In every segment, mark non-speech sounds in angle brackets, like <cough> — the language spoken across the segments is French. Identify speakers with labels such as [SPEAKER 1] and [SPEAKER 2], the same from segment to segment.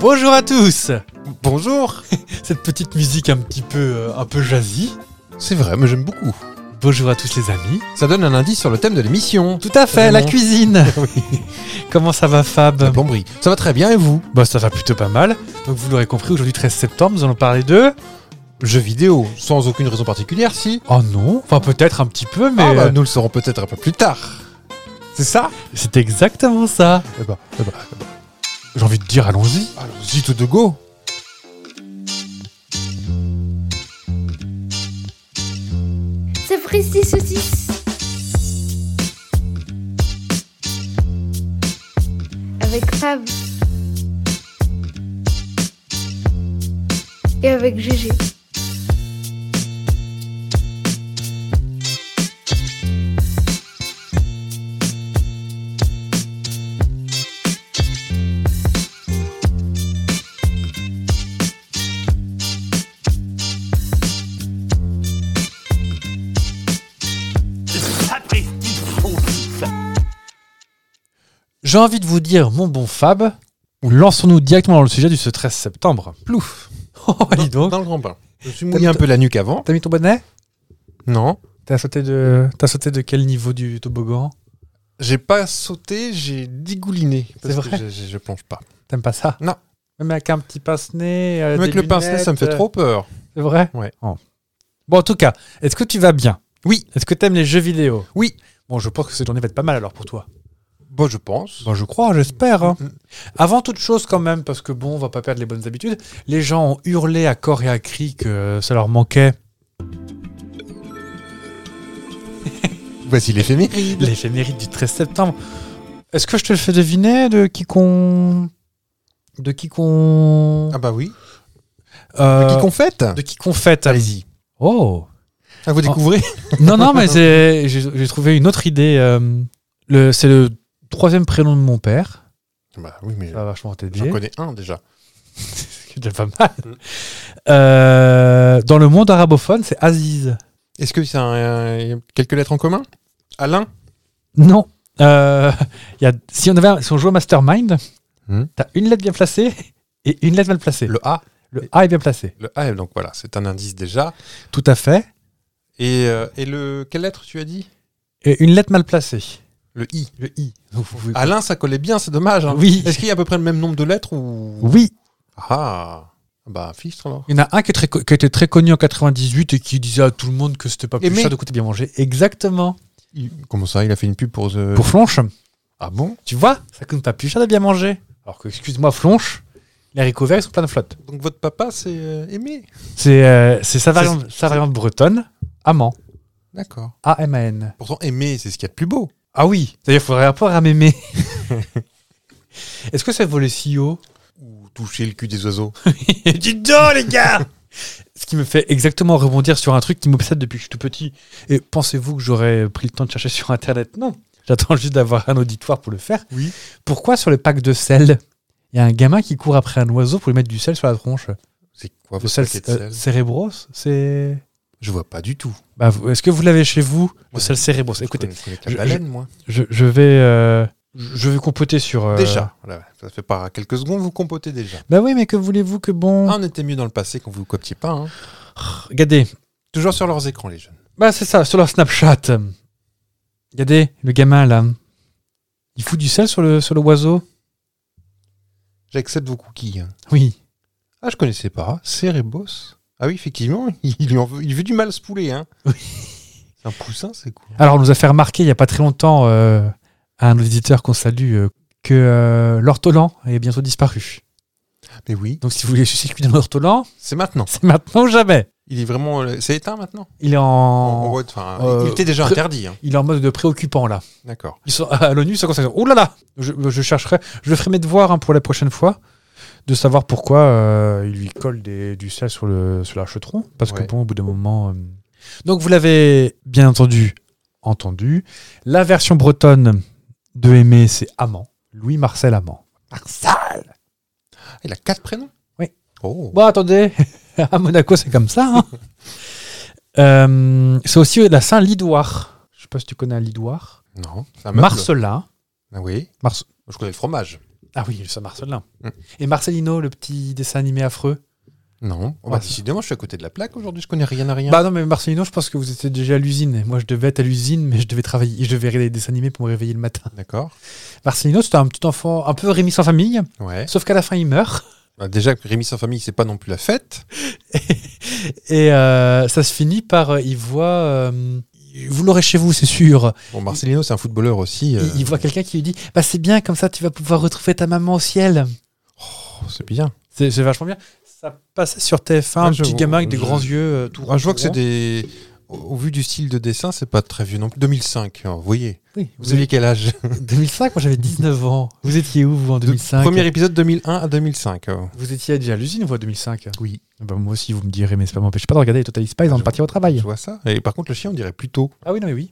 [SPEAKER 1] Bonjour à tous
[SPEAKER 2] Bonjour
[SPEAKER 1] <laughs> Cette petite musique un petit peu, euh, un peu jazzy.
[SPEAKER 2] C'est vrai, mais j'aime beaucoup.
[SPEAKER 1] Bonjour à tous les amis.
[SPEAKER 2] Ça donne un indice sur le thème de l'émission.
[SPEAKER 1] Tout à fait, la
[SPEAKER 2] Vraiment.
[SPEAKER 1] <laughs> cuisine Comment ça va Fab
[SPEAKER 2] La plomberie. Ça va très bien et vous
[SPEAKER 1] Bah ça va plutôt pas mal. Donc vous l'aurez compris, aujourd'hui 13 septembre, nous allons parler de...
[SPEAKER 2] Jeux vidéo, sans aucune raison particulière, si
[SPEAKER 1] Oh non Enfin peut-être un petit peu, mais...
[SPEAKER 2] Ah bah,
[SPEAKER 1] euh,
[SPEAKER 2] nous le saurons peut-être un peu plus tard. C'est ça
[SPEAKER 1] C'est exactement ça
[SPEAKER 2] Eh bah, eh bah,
[SPEAKER 1] J'ai envie de dire, allons-y
[SPEAKER 2] allons-y tout de go
[SPEAKER 3] C'est Fristy Saucisse. Avec Fab. Et avec GG.
[SPEAKER 4] Sapristi, son fils.
[SPEAKER 1] J'ai envie de vous dire, mon bon Fab, lançons-nous directement dans le sujet du ce 13 septembre.
[SPEAKER 2] Plouf
[SPEAKER 1] <laughs> Oh, dis donc
[SPEAKER 2] Dans le grand bain. Je suis
[SPEAKER 1] mis
[SPEAKER 2] mouillé un
[SPEAKER 1] ton-
[SPEAKER 2] peu la nuque avant.
[SPEAKER 1] T'as mis ton bonnet
[SPEAKER 2] Non.
[SPEAKER 1] T'as sauté de... T'as sauté de quel niveau du toboggan
[SPEAKER 2] J'ai pas sauté, j'ai digouliné. Parce
[SPEAKER 1] C'est
[SPEAKER 2] que
[SPEAKER 1] vrai
[SPEAKER 2] je- je, je plonge pas.
[SPEAKER 1] T'aimes pas ça
[SPEAKER 2] Non.
[SPEAKER 1] Même avec un petit pince-nez. euh,
[SPEAKER 2] Même avec
[SPEAKER 1] des
[SPEAKER 2] le pincelet, ça me fait
[SPEAKER 1] lunettes,
[SPEAKER 2] trop peur.
[SPEAKER 1] euh, C'est vrai
[SPEAKER 2] Ouais.
[SPEAKER 1] Oh. Bon, en tout cas, est-ce que tu vas bien
[SPEAKER 2] Oui.
[SPEAKER 1] Est-ce que t'aimes les jeux vidéo
[SPEAKER 2] Oui.
[SPEAKER 1] Bon, je pense que cette journée va être pas mal alors pour toi.
[SPEAKER 2] Bon, je pense.
[SPEAKER 1] Bon, je crois, j'espère. hein.
[SPEAKER 2] Mm.
[SPEAKER 1] Avant toute chose, quand même, parce que bon, on va pas perdre les bonnes habitudes, les gens ont hurlé à corps et à cri que euh, ça leur manquait
[SPEAKER 2] Voici l'éphéméride.
[SPEAKER 1] l'éphéméride du 13 septembre. Est-ce que je te le fais deviner de qui qu'on. De qui qu'on.
[SPEAKER 2] Ah bah oui.
[SPEAKER 1] Euh,
[SPEAKER 2] Ah, Qui qu'on fête
[SPEAKER 1] De qui qu'on fête
[SPEAKER 2] Allez-y.
[SPEAKER 1] Oh
[SPEAKER 2] Ah, vous découvrez
[SPEAKER 1] Non, non, mais c'est- j'ai j'ai trouvé une autre idée. euh, le- C'est le troisième prénom de mon père.
[SPEAKER 2] Bah oui, mais
[SPEAKER 1] Ça va vachement t'aider.
[SPEAKER 2] j'en connais un déjà.
[SPEAKER 1] <laughs> C'est déjà pas mal. Euh, dans le monde arabophone, c'est Aziz.
[SPEAKER 2] Est-ce que c'est un- il y a quelques lettres en commun Alain
[SPEAKER 1] Non. Euh, <laughs> il y a, si, on avait, un- si on jouait au Mastermind,
[SPEAKER 2] Hmm.
[SPEAKER 1] t'as une lettre bien placée et une lettre mal placée. Le,
[SPEAKER 2] Le A.
[SPEAKER 1] A est bien placé.
[SPEAKER 2] Le A, donc voilà, c'est un indice déjà.
[SPEAKER 1] Tout à fait.
[SPEAKER 2] Et, euh, et le. Quelle lettre tu as dit
[SPEAKER 1] Et une lettre mal placée.
[SPEAKER 2] Le I.
[SPEAKER 1] Le I. Ah. Vous- vous-
[SPEAKER 2] Alain, ça collait bien, c'est dommage. hein.
[SPEAKER 1] Oui.
[SPEAKER 2] Est-ce qu'il y a à peu près le même nombre de lettres ou.
[SPEAKER 1] Oui.
[SPEAKER 2] Ah Bah, fichtre alors.
[SPEAKER 1] Il y en a un qui, est très co- qui a été très connu en 98 et qui disait à tout le monde que c'était pas
[SPEAKER 2] Et
[SPEAKER 1] plus
[SPEAKER 2] mais-
[SPEAKER 1] cher de coûter bien manger. Exactement.
[SPEAKER 2] Il- Comment ça Il a fait une pub pour. The-
[SPEAKER 1] Pour Flonche,
[SPEAKER 2] Ah bon
[SPEAKER 1] tu vois, ça coûte pas plus cher de bien manger. Alors que, excuse-moi, Flonche, les haricots verts ils sont pleins de flotte.
[SPEAKER 2] Donc votre papa, c'est euh, Aimé
[SPEAKER 1] C'est euh, c'est sa variante, sa variante bretonne, Aman.
[SPEAKER 2] D'accord.
[SPEAKER 1] A-M-A-N.
[SPEAKER 2] Pourtant, Aimé, c'est ce qu'il y a de plus beau.
[SPEAKER 1] Ah oui, c'est-à-dire qu'il faudrait apprendre à <laughs> m'aimer. Est-ce que ça vaut E les si haut
[SPEAKER 2] Ou toucher le cul des oiseaux.
[SPEAKER 1] <laughs> Dites donc, les gars <laughs> Ce qui me fait exactement rebondir sur un truc qui m'obsède depuis que je suis tout petit. Et pensez-vous que j'aurais pris le temps de chercher sur Internet Non. J'attends juste d'avoir un auditoire pour le faire.
[SPEAKER 2] Oui.
[SPEAKER 1] Pourquoi sur le pack de sel, il y a un gamin qui court après un oiseau pour lui mettre du sel sur la tronche
[SPEAKER 2] C'est quoi
[SPEAKER 1] Le
[SPEAKER 2] votre
[SPEAKER 1] sel,
[SPEAKER 2] paquet de
[SPEAKER 1] euh,
[SPEAKER 2] sel
[SPEAKER 1] cérébros C'est.
[SPEAKER 2] Je vois pas du tout.
[SPEAKER 1] Bah, vous- Est-ce que vous l'avez chez vous Le
[SPEAKER 2] Ouais.
[SPEAKER 1] sel cérébros.
[SPEAKER 2] Je
[SPEAKER 1] Écoutez,
[SPEAKER 2] connais- je connais que la
[SPEAKER 1] je-
[SPEAKER 2] baleine, moi.
[SPEAKER 1] je, je vais. euh, je vais compoter sur. euh,
[SPEAKER 2] Déjà. Voilà, ça fait pas quelques secondes, vous compotez déjà.
[SPEAKER 1] Bah oui, mais que voulez-vous que bon.
[SPEAKER 2] Ah, on était mieux dans le passé quand vous copiez pas. hein.
[SPEAKER 1] Regardez,
[SPEAKER 2] Toujours sur leurs écrans, les jeunes.
[SPEAKER 1] Bah c'est ça, sur leur Snapchat. Regardez, le gamin là. Il fout du sel sur le, sur le oiseau
[SPEAKER 2] J'accepte vos cookies. hein.
[SPEAKER 1] Oui.
[SPEAKER 2] Ah, je connaissais pas. Cérébos. Ah oui, effectivement, <laughs> il, lui en veut, il veut du mal à se pouler. Hein.
[SPEAKER 1] Oui.
[SPEAKER 2] C'est un poussin, c'est quoi
[SPEAKER 1] Alors on nous a fait remarquer il n'y a pas très longtemps euh, à un auditeur qu'on salue euh, que euh, l'ortolan est bientôt disparu.
[SPEAKER 2] Mais oui,
[SPEAKER 1] Donc si vous voulez sucer le cul d'un ortolan, <laughs>
[SPEAKER 2] c'est maintenant.
[SPEAKER 1] c'est maintenant ou jamais.
[SPEAKER 2] Il est vraiment. euh, C'est éteint maintenant
[SPEAKER 1] Il est
[SPEAKER 2] On- on
[SPEAKER 1] en,
[SPEAKER 2] voit- enfin,
[SPEAKER 1] euh,
[SPEAKER 2] Il était déjà
[SPEAKER 1] pré-
[SPEAKER 2] interdit. hein.
[SPEAKER 1] il est en mode de préoccupant là.
[SPEAKER 2] D'accord.
[SPEAKER 1] Ils sont à l'ONU, ça concerne. Oh là là je, je chercherai, je ferai mes devoirs hein, pour la prochaine fois de savoir pourquoi euh, il lui colle des- du sel sur le sur l'archetron parce que
[SPEAKER 2] Ouais.
[SPEAKER 1] bon au bout d'un moment. euh, Donc vous l'avez bien entendu entendu. La version bretonne de Aimé, c'est Amand, Louis Marcel Amand. Marcel.
[SPEAKER 2] Ah, il a quatre prénoms
[SPEAKER 1] Oui. Bah,
[SPEAKER 2] Oh.
[SPEAKER 1] Bon attendez, <laughs> à Monaco c'est comme ça. hein. Euh, c'est aussi la Saint Lidoire. Je sais pas si tu connais un Lidoire.
[SPEAKER 2] Non. c'est un meuble.
[SPEAKER 1] Marcelin.
[SPEAKER 2] Ah oui.
[SPEAKER 1] Marce-
[SPEAKER 2] Je connais le fromage.
[SPEAKER 1] Ah oui, ça Marcelin.
[SPEAKER 2] Mm.
[SPEAKER 1] Et Marcelino, le petit dessin animé affreux.
[SPEAKER 2] Non. Oh,
[SPEAKER 1] Ouais,
[SPEAKER 2] bah,
[SPEAKER 1] c'est-
[SPEAKER 2] décidément, je suis à côté de la plaque aujourd'hui, je connais rien à rien.
[SPEAKER 1] Bah non, mais Marcelino, je pense que vous étiez déjà à l'usine. Et Moi, je devais être à l'usine, mais je devais travailler. Et je devais regarder des dessins animés pour me réveiller le matin.
[SPEAKER 2] D'accord.
[SPEAKER 1] Marcelino, c'était un petit enfant un peu Rémi sans famille,
[SPEAKER 2] Ouais.
[SPEAKER 1] sauf qu'à la fin, il meurt.
[SPEAKER 2] Bah, déjà, Rémi sans famille, c'est pas non plus la fête.
[SPEAKER 1] Et euh, ça se finit par. euh, il voit. euh, vous l'aurez chez vous, c'est sûr.
[SPEAKER 2] Bon, Marcelino, c'est un footballeur aussi. euh,
[SPEAKER 1] Il, il voit quelqu'un qui lui dit Bah, c'est bien, comme ça, tu vas pouvoir retrouver ta maman au ciel.
[SPEAKER 2] oh, c'est bien.
[SPEAKER 1] C'est c'est vachement bien. Ça passe sur TF1, un
[SPEAKER 2] Ouais, je
[SPEAKER 1] petit
[SPEAKER 2] vois-
[SPEAKER 1] gamin avec des
[SPEAKER 2] je-
[SPEAKER 1] grands yeux. euh, tout
[SPEAKER 2] Ah, je vois que c'est
[SPEAKER 1] rond.
[SPEAKER 2] des. Au au vu du style de dessin, c'est pas très vieux non plus. 2005, hein, vous voyez.
[SPEAKER 1] Oui,
[SPEAKER 2] Vous aviez quel âge <laughs>
[SPEAKER 1] 2005, moi j'avais 19 ans. Vous étiez où, vous, en 2005
[SPEAKER 2] Premier épisode 2001 à 2005. euh.
[SPEAKER 1] Vous étiez déjà à l'usine, vous, en 2005
[SPEAKER 2] Oui.
[SPEAKER 1] Bah, moi aussi, vous me direz, mais ça m'empêche pas de regarder les Total Spies avant de partir au travail.
[SPEAKER 2] Je vois ça. Et par contre, le chien, on dirait plutôt.
[SPEAKER 1] Ah oui, non, mais oui.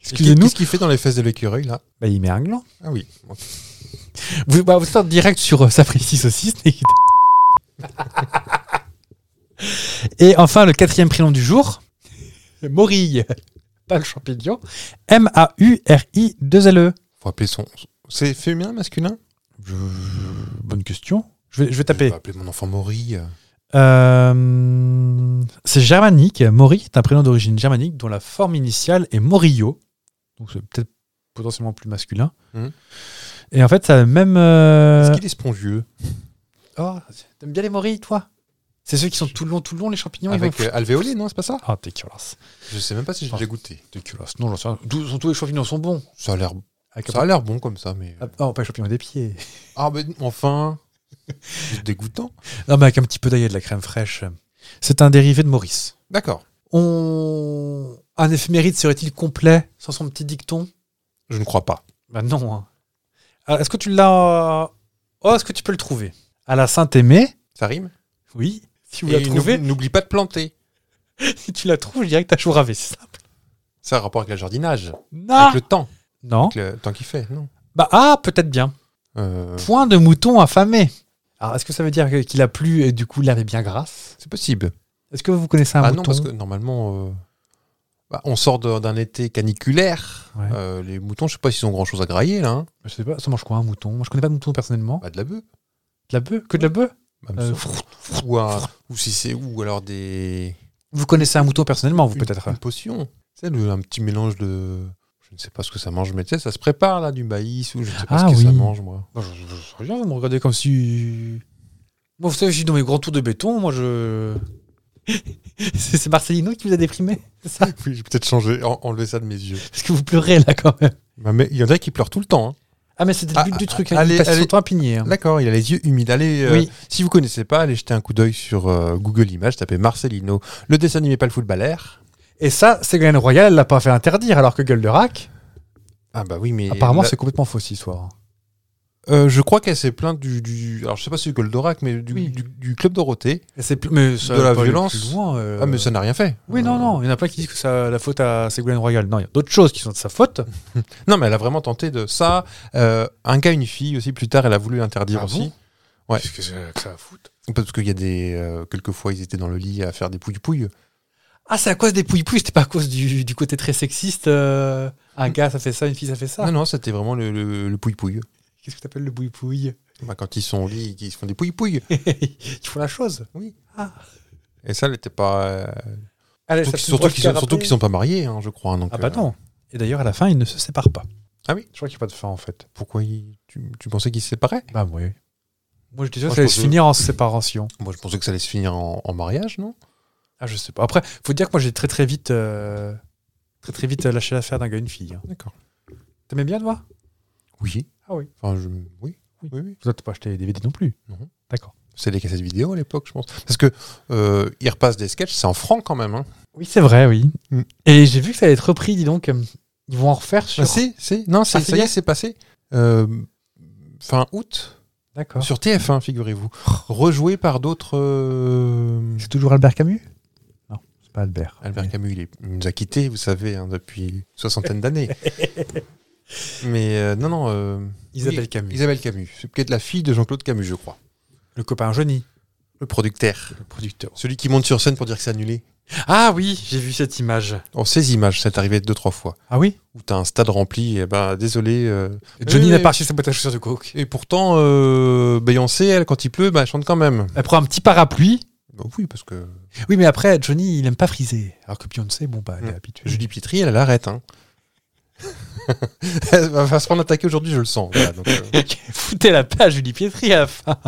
[SPEAKER 2] Qu'est-ce
[SPEAKER 1] Excusez-nous.
[SPEAKER 2] qu'il fait dans les fesses de l'écureuil, là
[SPEAKER 1] Bah, il met un gland.
[SPEAKER 2] Ah oui.
[SPEAKER 1] Vous, bah, vous êtes en direct sur euh, Sapristi Saucisse. <laughs> Et enfin, le quatrième prénom du jour, Morille. Pas le champignon. M-A-U-R-I-2-L-E.
[SPEAKER 2] Faut appeler son. C'est féminin, masculin
[SPEAKER 1] Bonne question. Je vais, je vais taper.
[SPEAKER 2] Je vais appeler mon enfant Maury. euh.
[SPEAKER 1] Euh, c'est germanique. Maury est un prénom d'origine germanique dont la forme initiale est Morillo. Donc c'est peut-être potentiellement plus masculin.
[SPEAKER 2] Mhm.
[SPEAKER 1] Et en fait, ça a le même. euh,
[SPEAKER 2] Est-ce qu'il est spongieux
[SPEAKER 1] Oh, t'aimes bien les morilles, toi C'est ceux qui sont tout le long, tout le long, les champignons. ils
[SPEAKER 2] Avec
[SPEAKER 1] vont-
[SPEAKER 2] euh, alvéolé, non C'est pas ça
[SPEAKER 1] Ah, t'es culasse.
[SPEAKER 2] Je sais même pas si j'ai
[SPEAKER 1] Ah.
[SPEAKER 2] déjà goûté.
[SPEAKER 1] T'es culasse. Non, j'en sais rien. Tous- sont tous les champignons sont bons.
[SPEAKER 2] Ça a l'air,
[SPEAKER 1] Avec
[SPEAKER 2] ça a l'air bon comme ça, mais.
[SPEAKER 1] un- Ah, pas les champignons des pieds.
[SPEAKER 2] Ah, mais <laughs> enfin. C'est dégoûtant.
[SPEAKER 1] Non, mais avec un petit peu d'ail et de la crème fraîche. C'est un dérivé de Maurice.
[SPEAKER 2] D'accord.
[SPEAKER 1] On... Un éphéméride serait-il complet sans son petit dicton
[SPEAKER 2] Je ne crois pas.
[SPEAKER 1] Bah non. hein. Alors, Est-ce que tu l'as. euh, Oh, est-ce que tu peux le trouver À la Saint-Aimée
[SPEAKER 2] Ça rime
[SPEAKER 1] Oui. Si vous la
[SPEAKER 2] Et
[SPEAKER 1] trouvez,
[SPEAKER 2] n'oublie- N'oublie pas de planter.
[SPEAKER 1] si <laughs> tu la trouves, je dirais que t'as toujours ravé. C'est simple.
[SPEAKER 2] Ça a rapport avec le jardinage,
[SPEAKER 1] Non
[SPEAKER 2] avec le temps,
[SPEAKER 1] Non.
[SPEAKER 2] avec le temps qu'il fait. Non.
[SPEAKER 1] Bah, ah, peut-être bien.
[SPEAKER 2] Euh,
[SPEAKER 1] Point de mouton affamé. Alors, est-ce que ça veut dire que- qu'il a plu et du coup l'herbe est bien grasse
[SPEAKER 2] c'est possible.
[SPEAKER 1] Est-ce Bah que vous connaissez un
[SPEAKER 2] ah
[SPEAKER 1] mouton
[SPEAKER 2] non, parce que normalement, euh, bah, on sort de- d'un été caniculaire.
[SPEAKER 1] Ouais.
[SPEAKER 2] Euh, les moutons, je sais pas s'ils ont grand chose à grailler là. hein.
[SPEAKER 1] Je sais pas, ça mange quoi un mouton Moi, je connais pas de mouton personnellement.
[SPEAKER 2] Bah, de la bœuf.
[SPEAKER 1] De la bœuf Que de la bœuf
[SPEAKER 2] même
[SPEAKER 1] Euh,
[SPEAKER 2] ça. ou, un- ou si c'est ou alors des
[SPEAKER 1] Vous connaissez un mouton personnellement, vous
[SPEAKER 2] une-
[SPEAKER 1] peut-être
[SPEAKER 2] une potion. C'est le- un petit mélange de je ne sais pas ce que ça mange, mais tu sais, ça se prépare là du maïs ou je ne sais pas
[SPEAKER 1] Ah
[SPEAKER 2] ce que ça
[SPEAKER 1] oui.
[SPEAKER 2] mange moi. <laughs>
[SPEAKER 1] Moi, je, je- je sais rien, vous me regardez comme si. Moi, vous savez, je suis dans mes grands tours de béton, moi je. <laughs> c'est c'est Marcelino qui vous a déprimé C'est <laughs> ça
[SPEAKER 2] Oui, j'ai peut-être changé, en- enlevé ça de mes yeux.
[SPEAKER 1] Parce que vous pleurez là quand même.
[SPEAKER 2] Bah, mais il y en a qui pleurent tout le temps. hein.
[SPEAKER 1] Ah, mais c'était le
[SPEAKER 2] Ah,
[SPEAKER 1] but du
[SPEAKER 2] ah,
[SPEAKER 1] truc, hein,
[SPEAKER 2] allez,
[SPEAKER 1] il passe
[SPEAKER 2] allez.
[SPEAKER 1] son temps à pigner. hein.
[SPEAKER 2] D'accord, il a les yeux humides. Allez, euh,
[SPEAKER 1] Oui.
[SPEAKER 2] si vous connaissez pas, allez jeter un coup d'œil sur euh, Google Images, tapez Marcelino. Le dessin animé pas le footballeur.
[SPEAKER 1] Et ça, Ségolène Royal, elle l'a pas fait interdire, alors que gueule de rack,
[SPEAKER 2] Ah bah oui, mais
[SPEAKER 1] apparemment,
[SPEAKER 2] là-
[SPEAKER 1] c'est complètement faux cette histoire. hein.
[SPEAKER 2] Euh, je crois qu'elle s'est plainte du, du- alors je sais pas si c'est Goldorak, mais du,
[SPEAKER 1] Oui.
[SPEAKER 2] du- du club Dorothée.
[SPEAKER 1] Et C'est plus- mais ça
[SPEAKER 2] De la
[SPEAKER 1] va pas aller
[SPEAKER 2] violence.
[SPEAKER 1] plus loin, euh.
[SPEAKER 2] Ah mais ça n'a rien fait.
[SPEAKER 1] Oui, non, non. Il y en a plein qui disent que c'est la faute à Ségolène Royal. Non, il y a d'autres choses qui sont de sa faute.
[SPEAKER 2] Non, mais elle a vraiment tenté de ça. Euh, un gars, une fille aussi, plus tard, elle a voulu l'interdire
[SPEAKER 1] Ah
[SPEAKER 2] aussi. ouais.
[SPEAKER 1] Qu'est-ce que c'est que ça à foutre
[SPEAKER 2] Parce qu'il y a des. euh, quelquefois, ils étaient dans le lit à faire des pouilles-pouilles.
[SPEAKER 1] Ah, c'est à cause des pouilles-pouilles, c'était pas à cause du, du côté très sexiste. euh, un gars, ça fait ça, une fille, ça fait ça.
[SPEAKER 2] Non, non, c'était vraiment le, le, le pouille-pouille.
[SPEAKER 1] Qu'est-ce que t'appelles le pouille-pouille
[SPEAKER 2] Bah, quand ils sont au lit, ils se font des pouilles-pouilles.
[SPEAKER 1] Ils font la chose.
[SPEAKER 2] Et ça, elle n'était pas. euh,
[SPEAKER 1] Allez,
[SPEAKER 2] Surtout
[SPEAKER 1] ça fait une
[SPEAKER 2] qu'ils- surtout qu'ils
[SPEAKER 1] brosse
[SPEAKER 2] sont, surtout
[SPEAKER 1] canapé.
[SPEAKER 2] qu'ils sont pas mariés, hein, je crois. donc,
[SPEAKER 1] Ah, bah
[SPEAKER 2] euh,
[SPEAKER 1] non. Et d'ailleurs, à la fin, ils ne se séparent pas.
[SPEAKER 2] Ah oui
[SPEAKER 1] Je crois qu'il n'y a pas de fin en fait.
[SPEAKER 2] Pourquoi ils- tu, tu pensais qu'ils se séparaient
[SPEAKER 1] Bah, oui. Moi, je disais que ça
[SPEAKER 2] Moi, je
[SPEAKER 1] allait se
[SPEAKER 2] pense que-
[SPEAKER 1] finir en séparation.
[SPEAKER 2] Moi, je pensais que ça allait se finir en, en mariage, non
[SPEAKER 1] Ah, je sais pas. Après, faut dire que moi, j'ai très très vite. euh, Très très vite euh, lâché l'affaire d'un gars et une fille. hein.
[SPEAKER 2] D'accord.
[SPEAKER 1] T'aimais bien, toi
[SPEAKER 2] Oui.
[SPEAKER 1] Ah oui.
[SPEAKER 2] Enfin, je- oui.
[SPEAKER 1] Oui.
[SPEAKER 2] Oui, oui.
[SPEAKER 1] Vous n'avez pas acheté les DVD non plus
[SPEAKER 2] Non.
[SPEAKER 1] D'accord.
[SPEAKER 2] C'est des cassettes vidéo à l'époque, je pense. Parce que euh, ils repassent des sketchs, c'est en franc quand même. Hein.
[SPEAKER 1] Oui, c'est vrai, oui.
[SPEAKER 2] Mm.
[SPEAKER 1] Et j'ai vu que ça allait être repris, dis donc. euh, Ils vont en refaire sur.
[SPEAKER 2] Ah, si, si. Non, c'est-
[SPEAKER 1] Ah, c'est
[SPEAKER 2] ça y
[SPEAKER 1] bien.
[SPEAKER 2] est, c'est passé. Euh, fin août,
[SPEAKER 1] D'accord.
[SPEAKER 2] sur TF1, figurez-vous.
[SPEAKER 1] Oh.
[SPEAKER 2] Rejoué par d'autres. euh,
[SPEAKER 1] C'est toujours Albert Camus Non, c'est pas Albert.
[SPEAKER 2] Albert Camus, il, est- il nous a quittés, vous savez, hein, depuis une
[SPEAKER 1] <laughs>
[SPEAKER 2] soixantaine d'années. Mais euh, non, non. euh,
[SPEAKER 1] Isabelle
[SPEAKER 2] oui,
[SPEAKER 1] Camus.
[SPEAKER 2] Isabelle Camus. C'est peut-être la fille de Jean-Claude Camus, je crois.
[SPEAKER 1] Le copain Johnny,
[SPEAKER 2] Le producteur.
[SPEAKER 1] le producteur.
[SPEAKER 2] Celui qui monte sur scène pour dire que c'est annulé.
[SPEAKER 1] Ah oui, j'ai vu cette image.
[SPEAKER 2] Oh, ces images, ça t'est arrivé deux, trois fois.
[SPEAKER 1] Ah oui
[SPEAKER 2] Où t'as un stade rempli, et bah, désolé. euh,
[SPEAKER 1] Johnny
[SPEAKER 2] Oui,
[SPEAKER 1] n'a
[SPEAKER 2] oui.
[SPEAKER 1] pas acheté sa boîte à chaussures de coke.
[SPEAKER 2] Et pourtant, euh, Beyoncé, elle, quand il pleut, bah, elle chante quand même.
[SPEAKER 1] Elle prend un petit parapluie.
[SPEAKER 2] Bah oui, parce que
[SPEAKER 1] Oui, mais après, Johnny, il aime pas friser. Alors que Beyoncé, bon, bah, elle est
[SPEAKER 2] Mm.
[SPEAKER 1] habituée.
[SPEAKER 2] Julie Pitry, elle, elle arrête. Hein. <laughs> elle va se prendre attaquer aujourd'hui, je le sens. Voilà, donc, euh,
[SPEAKER 1] <laughs> Foutez la page, Julie Pietri, à la fin.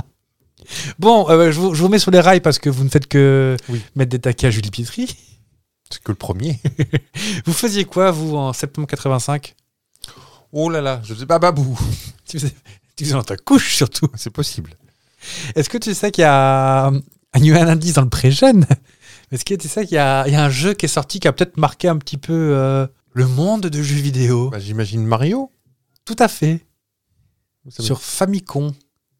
[SPEAKER 1] Bon, euh, je, vous, je vous mets sur les rails parce que vous ne faites que
[SPEAKER 2] Oui.
[SPEAKER 1] mettre des taquets à Julie Pietri.
[SPEAKER 2] c'est que le premier.
[SPEAKER 1] Vous faisiez quoi, vous, en septembre 85
[SPEAKER 2] Oh là là, je sais pas, babou.
[SPEAKER 1] tu faisais, tu faisais dans ta couche, surtout.
[SPEAKER 2] C'est possible.
[SPEAKER 1] Est-ce que tu sais qu'il y a un, il y a eu un indice dans le pré-jeune Est-ce que tu sais qu'il y a, il y a un jeu qui est sorti qui a peut-être marqué un petit peu euh, le monde de jeux vidéo
[SPEAKER 2] Bah, J'imagine Mario.
[SPEAKER 1] Tout à fait.
[SPEAKER 2] Ça
[SPEAKER 1] Sur Famicom,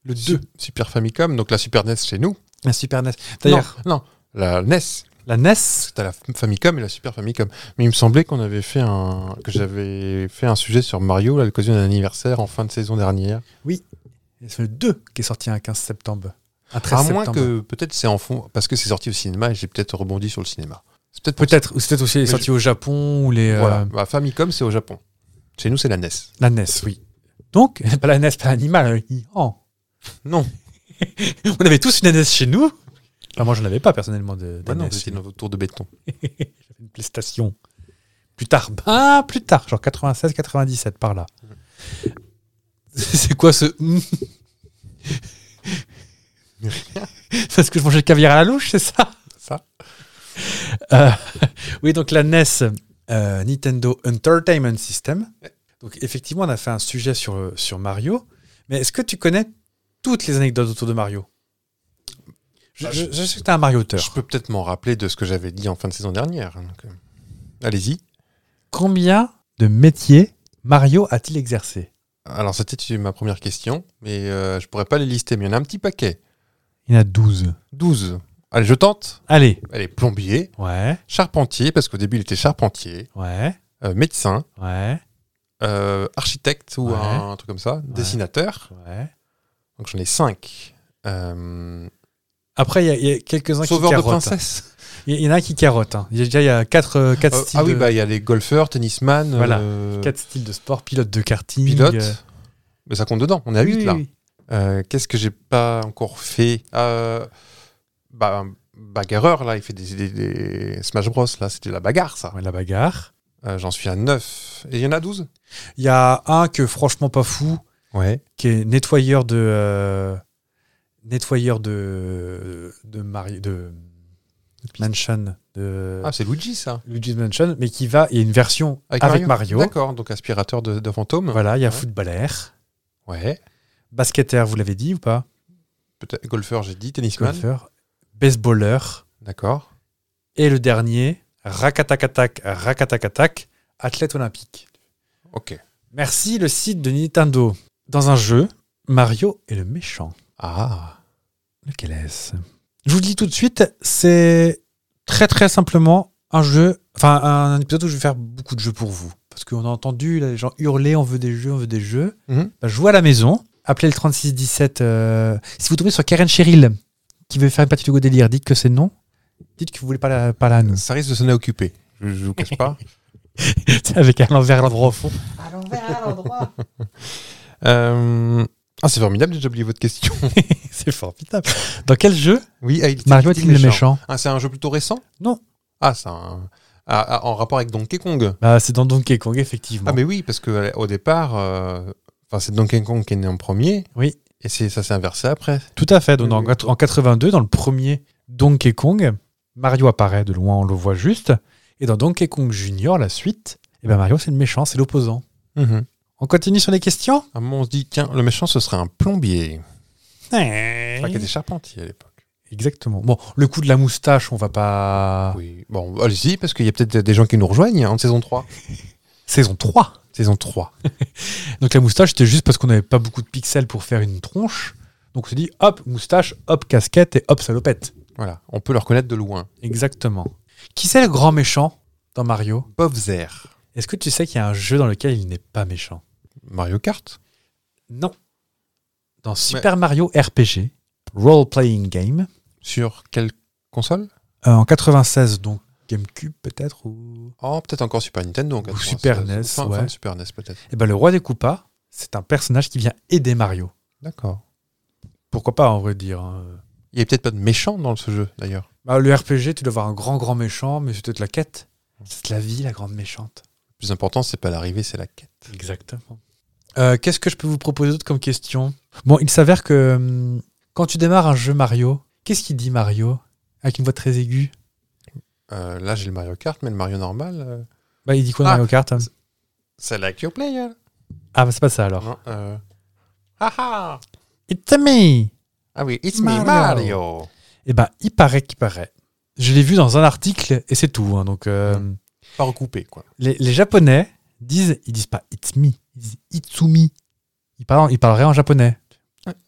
[SPEAKER 1] le
[SPEAKER 2] Su-
[SPEAKER 1] 2,
[SPEAKER 2] Super Famicom, donc la Super NES chez nous.
[SPEAKER 1] la Super NES. D'ailleurs,
[SPEAKER 2] non, non, la E NES.
[SPEAKER 1] la E NES,
[SPEAKER 2] T'as la Famicom et la Super Famicom. Mais il me semblait qu'on avait fait un, que j'avais fait un sujet sur Mario là, à l'occasion d'un anniversaire en fin de saison dernière.
[SPEAKER 1] c'est le 2 qui est sorti un 15 septembre. Un 13
[SPEAKER 2] À moins
[SPEAKER 1] septembre.
[SPEAKER 2] que peut-être c'est en fond, parce que c'est sorti au cinéma et j'ai peut-être rebondi sur le cinéma. C'est peut-être pour
[SPEAKER 1] Peut-être, ou c'est peut-être aussi sorti au Japon ou les,
[SPEAKER 2] ça.
[SPEAKER 1] euh,
[SPEAKER 2] Voilà. Bah, Famicom, c'est au Japon. Chez nous, c'est la E NES.
[SPEAKER 1] la NES.
[SPEAKER 2] Oui.
[SPEAKER 1] Donc, <laughs> pas la NES, pas l'animal. euh, i- oh.
[SPEAKER 2] Non.
[SPEAKER 1] <laughs> On avait tous une NES chez nous. Enfin, moi, j'en avais pas personnellement de, E de
[SPEAKER 2] Bah non,
[SPEAKER 1] NES.
[SPEAKER 2] c'était dans votre tour de béton.
[SPEAKER 1] J'avais une PlayStation. Plus tard, <laughs> ben plus tard, genre 96, 97, par là. <laughs> C'est quoi ce. <laughs> hum Parce que je mangeais le caviar à la louche, c'est ça
[SPEAKER 2] Ça.
[SPEAKER 1] Euh, <laughs> Oui, donc la NES, euh, Nintendo Entertainment System. Donc effectivement, on a fait un sujet sur, sur Mario. Mais est-ce que tu connais toutes les anecdotes autour de Mario je,
[SPEAKER 2] Bah,
[SPEAKER 1] je- je sais que t'es un Marioteur.
[SPEAKER 2] Je peux peut-être m'en rappeler de ce que j'avais dit en fin de saison dernière. hein, donc, euh, Allez-y.
[SPEAKER 1] Combien de métiers Mario a-t-il exercé
[SPEAKER 2] Alors, c'était ma première question, mais euh, je pourrais pas les lister, mais il y en a un petit paquet.
[SPEAKER 1] Il y en a 12.
[SPEAKER 2] 12. Allez, je tente.
[SPEAKER 1] Allez.
[SPEAKER 2] Allez, plombier,
[SPEAKER 1] Ouais,
[SPEAKER 2] charpentier, parce qu'au début, il était charpentier,
[SPEAKER 1] ouais,
[SPEAKER 2] euh, médecin,
[SPEAKER 1] ouais,
[SPEAKER 2] euh, architecte ou
[SPEAKER 1] Ouais.
[SPEAKER 2] un, truc comme ça, dessinateur.
[SPEAKER 1] ouais.
[SPEAKER 2] Donc, j'en ai 5. Euh,
[SPEAKER 1] Après, il y a- il y a, quelques-uns qui
[SPEAKER 2] sauveur de
[SPEAKER 1] carottent.
[SPEAKER 2] princesse.
[SPEAKER 1] Il y- il y en a un qui carotte. hein. Il y a déjà il y a 4 quatre,
[SPEAKER 2] Euh,
[SPEAKER 1] styles,
[SPEAKER 2] ah oui,
[SPEAKER 1] de-
[SPEAKER 2] bah, il y a les golfeurs, tennisman,
[SPEAKER 1] Voilà.
[SPEAKER 2] euh,
[SPEAKER 1] quatre styles de sport. Pilote de karting.
[SPEAKER 2] pilote.
[SPEAKER 1] euh,
[SPEAKER 2] Mais ça compte dedans, on est à
[SPEAKER 1] oui,
[SPEAKER 2] 8
[SPEAKER 1] oui,
[SPEAKER 2] là.
[SPEAKER 1] oui.
[SPEAKER 2] Euh, Qu'est-ce que j'ai pas encore fait Euh, bah, Bagarreur, là, il fait des, des- des Smash Bros, là, c'était la bagarre, ça.
[SPEAKER 1] Ouais, la bagarre.
[SPEAKER 2] Euh, J'en suis à 9. Et il y en a 12
[SPEAKER 1] Il y a un que franchement pas fou,
[SPEAKER 2] Ouais.
[SPEAKER 1] qui est nettoyeur de... euh, nettoyeur de... de Mario... de... Mansion. De...
[SPEAKER 2] Ah, c'est Luigi, ça.
[SPEAKER 1] Luigi's Mansion, mais qui va... Il y a une version avec, Mario.
[SPEAKER 2] D'accord, donc aspirateur de, de fantômes.
[SPEAKER 1] Voilà, il y a
[SPEAKER 2] Ouais.
[SPEAKER 1] footballeur.
[SPEAKER 2] Ouais.
[SPEAKER 1] Basketteur, vous l'avez dit ou pas
[SPEAKER 2] Peut-être golfeur, j'ai dit. Tennisman.
[SPEAKER 1] golfeur, baseballeur,
[SPEAKER 2] D'accord.
[SPEAKER 1] et le dernier, racatacatac, racatacatac, athlète olympique.
[SPEAKER 2] Ok.
[SPEAKER 1] Merci le site de Nintendo. Dans un jeu, Mario est le méchant.
[SPEAKER 2] Ah.
[SPEAKER 1] Lequel est-ce Je vous le dis tout de suite, c'est très très simplement un jeu, enfin un épisode où je vais faire beaucoup de jeux pour vous. Parce qu'on a entendu là, les gens hurler, on veut des jeux, on veut des jeux.
[SPEAKER 2] Mhm.
[SPEAKER 1] Bah, jouez à la maison, appelez le 3617. euh, si vous tombez sur Karen Cheryl, qui veut faire une partie de Go Délire, dites que c'est non. Dites que vous voulez pas la, pas la nous.
[SPEAKER 2] Ça risque de sonner occupé. Je, je vous cache pas.
[SPEAKER 1] <laughs> C'est avec un l'envers, l'endroit au fond.
[SPEAKER 2] Euh, Ah, c'est formidable, j'ai déjà oublié votre question.
[SPEAKER 1] <laughs>
[SPEAKER 2] <laughs>
[SPEAKER 1] c'est formidable. Dans quel jeu
[SPEAKER 2] oui, ah, il était-
[SPEAKER 1] Mario
[SPEAKER 2] il était
[SPEAKER 1] est-il le méchant
[SPEAKER 2] Ah, c'est un jeu plutôt récent
[SPEAKER 1] Non.
[SPEAKER 2] Ah, c'est un- ah, ah, en rapport avec Donkey Kong.
[SPEAKER 1] Bah, C'est dans Donkey Kong, effectivement.
[SPEAKER 2] Ah, mais oui, parce que euh, au départ, euh, enfin, c'est Donkey Kong qui est né en premier.
[SPEAKER 1] Oui.
[SPEAKER 2] Et c'est ça s'est inversé après.
[SPEAKER 1] Tout à fait. Donc,
[SPEAKER 2] Oui,
[SPEAKER 1] en,
[SPEAKER 2] oui.
[SPEAKER 1] quat- en 82, dans le premier Donkey Kong, Mario apparaît de loin, on le voit juste. Et dans Donkey Kong Junior, la suite, eh ben Mario, c'est le méchant, c'est l'opposant. On continue sur les questions
[SPEAKER 2] À un moment, on se dit, tiens, le méchant, ce serait un plombier. Pas qu'il était charpentier à l'époque.
[SPEAKER 1] Exactement. Bon, le coup de la moustache, on va pas.
[SPEAKER 2] Oui. Bon, allez-y, parce qu'il y a peut-être des gens qui nous rejoignent hein, en saison 3.
[SPEAKER 1] Saison 3.
[SPEAKER 2] Saison <laughs> 3.
[SPEAKER 1] Donc la moustache, c'était juste parce qu'on n'avait pas beaucoup de pixels pour faire une tronche. Donc on s'est dit, hop, moustache, hop, casquette et hop, salopette.
[SPEAKER 2] Voilà, on peut le reconnaître de loin.
[SPEAKER 1] Exactement. Qui c'est le grand méchant dans Mario
[SPEAKER 2] Bowser.
[SPEAKER 1] Est-ce que tu sais qu'il y a un jeu dans lequel il n'est pas méchant
[SPEAKER 2] Mario Kart
[SPEAKER 1] Non. Dans Super Mario RPG, Role Playing Game,
[SPEAKER 2] Sur quelle console
[SPEAKER 1] euh, en 96, donc GameCube peut-être ou...
[SPEAKER 2] Oh, peut-être encore Super Nintendo. en 83,
[SPEAKER 1] Super
[SPEAKER 2] c'est-
[SPEAKER 1] NES,
[SPEAKER 2] Fin,
[SPEAKER 1] ouais.
[SPEAKER 2] fin de Super NES, peut-être.
[SPEAKER 1] Eh ben, le roi des Koopas, c'est un personnage qui vient aider Mario.
[SPEAKER 2] D'accord.
[SPEAKER 1] Pourquoi pas, en vrai dire. hein.
[SPEAKER 2] Il n'y a peut-être pas de méchant dans ce jeu, d'ailleurs.
[SPEAKER 1] Bah, le RPG, tu dois avoir un grand, grand méchant, mais c'est peut-être la quête. C'est la vie, la grande méchante.
[SPEAKER 2] Le plus important, c'est pas l'arrivée, c'est la quête.
[SPEAKER 1] Exactement. Euh, Qu'est-ce que je peux vous proposer d'autre comme question Bon, il s'avère que hum, quand tu démarres un jeu Mario, qu'est-ce qu'il dit Mario Avec une voix très aiguë.
[SPEAKER 2] Euh, là, j'ai le Mario Kart, mais le Mario normal, euh,
[SPEAKER 1] Bah, il dit quoi
[SPEAKER 2] Ah,
[SPEAKER 1] Mario Kart hein
[SPEAKER 2] c'est like your player.
[SPEAKER 1] Ah, bah, c'est pas ça alors.
[SPEAKER 2] Non, euh, Ah ah
[SPEAKER 1] It's me
[SPEAKER 2] Ah oui, it's
[SPEAKER 1] Mario.
[SPEAKER 2] me, Mario.
[SPEAKER 1] Eh ben, il paraît qu'il paraît. Je l'ai vu dans un article et c'est tout. hein, donc, euh,
[SPEAKER 2] Pas recoupé, quoi.
[SPEAKER 1] les, les Japonais disent, ils disent pas it's me, ils disent itsumi. Ils, parlent, ils parleraient en japonais.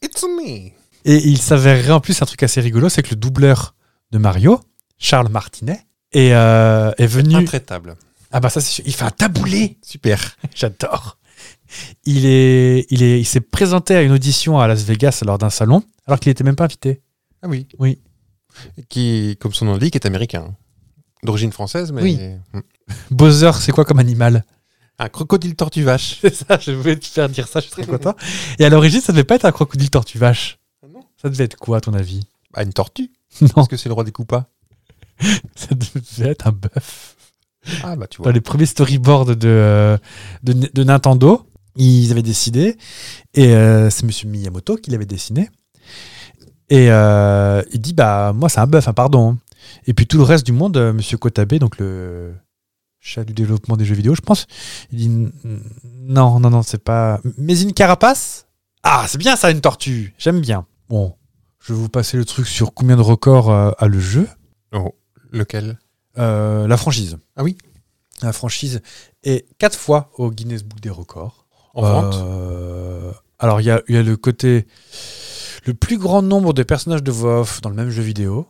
[SPEAKER 2] It's me.
[SPEAKER 1] Et il s'avérerait en plus un truc assez rigolo, c'est que le doubleur de Mario, Charles Martinet, est, euh, est venu.
[SPEAKER 2] Intraitable.
[SPEAKER 1] Ah bah ça c'est sûr, il fait un taboulé. <laughs>
[SPEAKER 2] Super.
[SPEAKER 1] J'adore. Il est, il est, il s'est présenté à une audition à Las Vegas lors d'un salon, alors qu'il n'était même pas invité.
[SPEAKER 2] Ah oui.
[SPEAKER 1] Oui.
[SPEAKER 2] Qui, comme son nom le dit, qui est américain. D'origine française, mais.
[SPEAKER 1] Oui.
[SPEAKER 2] Hmm.
[SPEAKER 1] Bowser, c'est quoi comme animal
[SPEAKER 2] Un crocodile tortue vache.
[SPEAKER 1] <laughs> C'est ça, je voulais te faire dire ça, je suis très content. Et à l'origine, ça devait pas être un crocodile tortue vache.
[SPEAKER 2] Ah non
[SPEAKER 1] Ça devait être quoi, à ton avis
[SPEAKER 2] Ah, une <laughs> tortue
[SPEAKER 1] Non,
[SPEAKER 2] Parce que c'est le roi des coupas.
[SPEAKER 1] ça devait être un bœuf.
[SPEAKER 2] Ah bah tu vois.
[SPEAKER 1] dans les premiers storyboards de, euh, de, de Nintendo, ils avaient décidé, et euh, c'est Monsieur Miyamoto qui l'avait dessiné, et euh, il dit, bah moi c'est un bœuf, hein, pardon. Et puis tout le reste du monde, euh, Monsieur Kotabe, donc le chat du développement des jeux vidéo, je pense, il dit, n- n- non, non, non, c'est pas... Mais une carapace Ah, c'est bien ça, une tortue, j'aime bien. Bon, je vais vous passer le truc sur combien de records euh, a le jeu.
[SPEAKER 2] Lequel
[SPEAKER 1] Euh, la franchise.
[SPEAKER 2] Ah oui
[SPEAKER 1] La franchise est quatre fois au Guinness Book des records.
[SPEAKER 2] En vente
[SPEAKER 1] Euh, alors, il y a, il y a le côté. Le plus grand nombre de personnages de voix off dans le même jeu vidéo.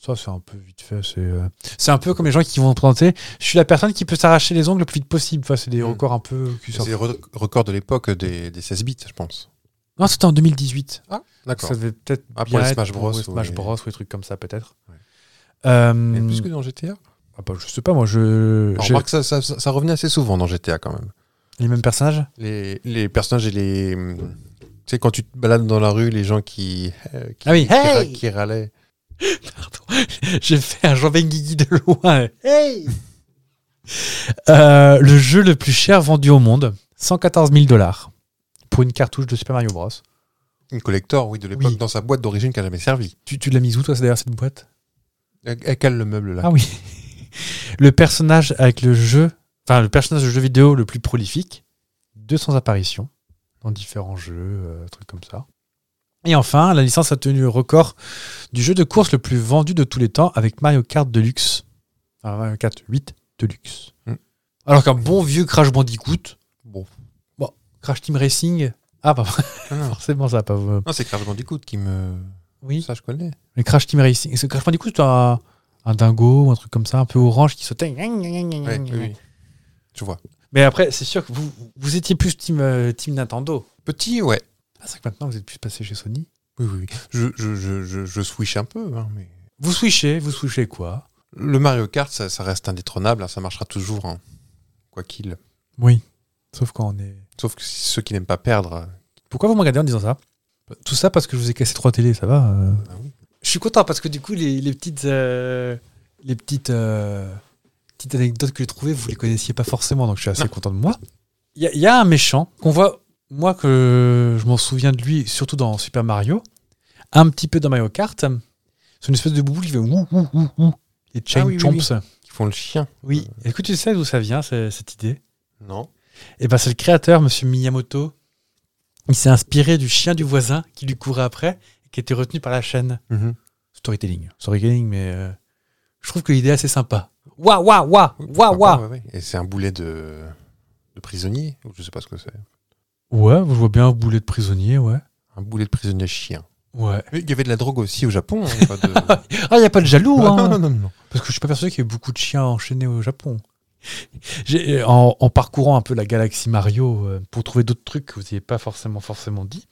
[SPEAKER 1] Ça, c'est un peu vite fait. C'est euh, c'est un peu comme les gens qui vont présenter. Je suis la personne qui peut s'arracher les ongles le plus vite possible. Enfin, c'est des
[SPEAKER 2] Mm.
[SPEAKER 1] records un peu. qui
[SPEAKER 2] C'est
[SPEAKER 1] sortent.
[SPEAKER 2] le re- record de l'époque des, des 16 bits, je pense.
[SPEAKER 1] Non, c'était en 2018.
[SPEAKER 2] D'accord.
[SPEAKER 1] Ça devait peut-être.
[SPEAKER 2] Ah, pour
[SPEAKER 1] bien
[SPEAKER 2] les
[SPEAKER 1] être
[SPEAKER 2] Smash Bros
[SPEAKER 1] les
[SPEAKER 2] ou
[SPEAKER 1] Smash
[SPEAKER 2] les-
[SPEAKER 1] Bros ou des trucs comme ça, peut-être.
[SPEAKER 2] Ouais.
[SPEAKER 1] Euh,
[SPEAKER 2] Mais plus que dans GTA
[SPEAKER 1] ah bah, je sais pas, moi, je.
[SPEAKER 2] On
[SPEAKER 1] j'ai-
[SPEAKER 2] remarque que ça, ça, ça revenait assez souvent dans GTA quand même.
[SPEAKER 1] Les mêmes personnages
[SPEAKER 2] Les, les personnages et les. hum, Tu sais, quand tu te balades dans la rue, les gens qui. euh, qui
[SPEAKER 1] Ah oui.
[SPEAKER 2] qui ra-
[SPEAKER 1] Hey
[SPEAKER 2] qui râlaient.
[SPEAKER 1] <laughs> J'ai fait un Jean Benguigui de loin. Euh, le jeu le plus cher vendu au monde, 114 000 dollars pour une cartouche de Super Mario Bros.
[SPEAKER 2] Une collector, oui, de l'époque,
[SPEAKER 1] Oui.
[SPEAKER 2] dans sa boîte d'origine qui n'a jamais servi.
[SPEAKER 1] Tu, tu l'as mise où toi, c'est d'ailleurs cette boîte
[SPEAKER 2] Elle, elle cale le meuble là.
[SPEAKER 1] Ah oui. Le personnage avec le jeu, enfin le personnage de jeu vidéo le plus prolifique, 200 apparitions dans différents jeux, euh, trucs comme ça. Et enfin, la licence a tenu le record du jeu de course le plus vendu de tous les temps avec Mario Kart Deluxe. Enfin, Mario Kart 8 Deluxe.
[SPEAKER 2] Hmm.
[SPEAKER 1] Alors qu'un bon vieux Crash Bandicoot,
[SPEAKER 2] Bon.
[SPEAKER 1] Crash Team Racing, ah <laughs> bah
[SPEAKER 2] Ah non,
[SPEAKER 1] forcément ça a pas.
[SPEAKER 2] Non, c'est Crash Bandicoot qui me.
[SPEAKER 1] Oui.
[SPEAKER 2] Ça, je connais.
[SPEAKER 1] Le Crash Team Racing. Est-ce que Crash Bandicoot, c'est un, un dingo ou un truc comme ça, un peu orange qui sautait
[SPEAKER 2] Ouais, oui, oui. Je vois.
[SPEAKER 1] Mais après, c'est sûr que vous, vous étiez plus team, euh, team Nintendo.
[SPEAKER 2] Petit, ouais.
[SPEAKER 1] Ah, c'est vrai que maintenant, vous êtes plus passé chez Sony.
[SPEAKER 2] Oui, oui, oui. Je, je, je, je, je switch un peu, hein, mais.
[SPEAKER 1] Vous switchez, vous switchez quoi
[SPEAKER 2] Le Mario Kart, ça, ça reste indétrônable, hein, ça marchera toujours, hein, quoi qu'il.
[SPEAKER 1] Oui. Sauf quand on est...
[SPEAKER 2] Sauf que ceux qui n'aiment pas perdre. euh,
[SPEAKER 1] Pourquoi vous me regardez en disant ça Tout ça parce que je vous ai cassé trois télés, ça va euh
[SPEAKER 2] Ah oui.
[SPEAKER 1] Je suis content parce que du coup, les, les petites... euh, les petites... euh, petites anecdotes que j'ai trouvées, vous les connaissiez pas forcément, donc je suis assez content de moi. Il y, a- il y a un méchant qu'on voit, moi que je m'en souviens de lui, surtout dans Super Mario, un petit peu dans Mario Kart. C'est une espèce de boubou qui fait ouh ouh ouh ouh et chain
[SPEAKER 2] Ah oui, oui,
[SPEAKER 1] chomps.
[SPEAKER 2] oui. Qui font le chien.
[SPEAKER 1] Oui. Euh, Est-ce que tu sais d'où ça vient ce- cette idée
[SPEAKER 2] Non.
[SPEAKER 1] Eh ben, c'est le créateur, Monsieur Miyamoto. Il s'est inspiré du chien du voisin qui lui courait après, et qui était retenu par la chaîne.
[SPEAKER 2] Mhm.
[SPEAKER 1] Storytelling, storytelling, mais euh, je trouve que l'idée est assez sympa. Waouh, waouh, waouh, waouh,
[SPEAKER 2] Pourquoi
[SPEAKER 1] waouh.
[SPEAKER 2] pas, ouais, ouais. Et c'est un boulet de, de prisonnier, ou je sais pas ce que c'est.
[SPEAKER 1] Ouais, je vois bien un boulet de prisonnier, ouais.
[SPEAKER 2] Un boulet de prisonnier chien.
[SPEAKER 1] Ouais.
[SPEAKER 2] Mais il y avait de la drogue aussi au Japon. hein, pas de- <laughs>
[SPEAKER 1] Ah, il n'y a pas de <laughs> jaloux, hein.
[SPEAKER 2] non, non, non, non.
[SPEAKER 1] Parce que je suis pas persuadé qu'il y ait beaucoup de chiens enchaînés au Japon. J'ai- euh, En, en parcourant un peu la galaxie Mario euh, pour trouver d'autres trucs que vous n'ayez pas forcément forcément dit,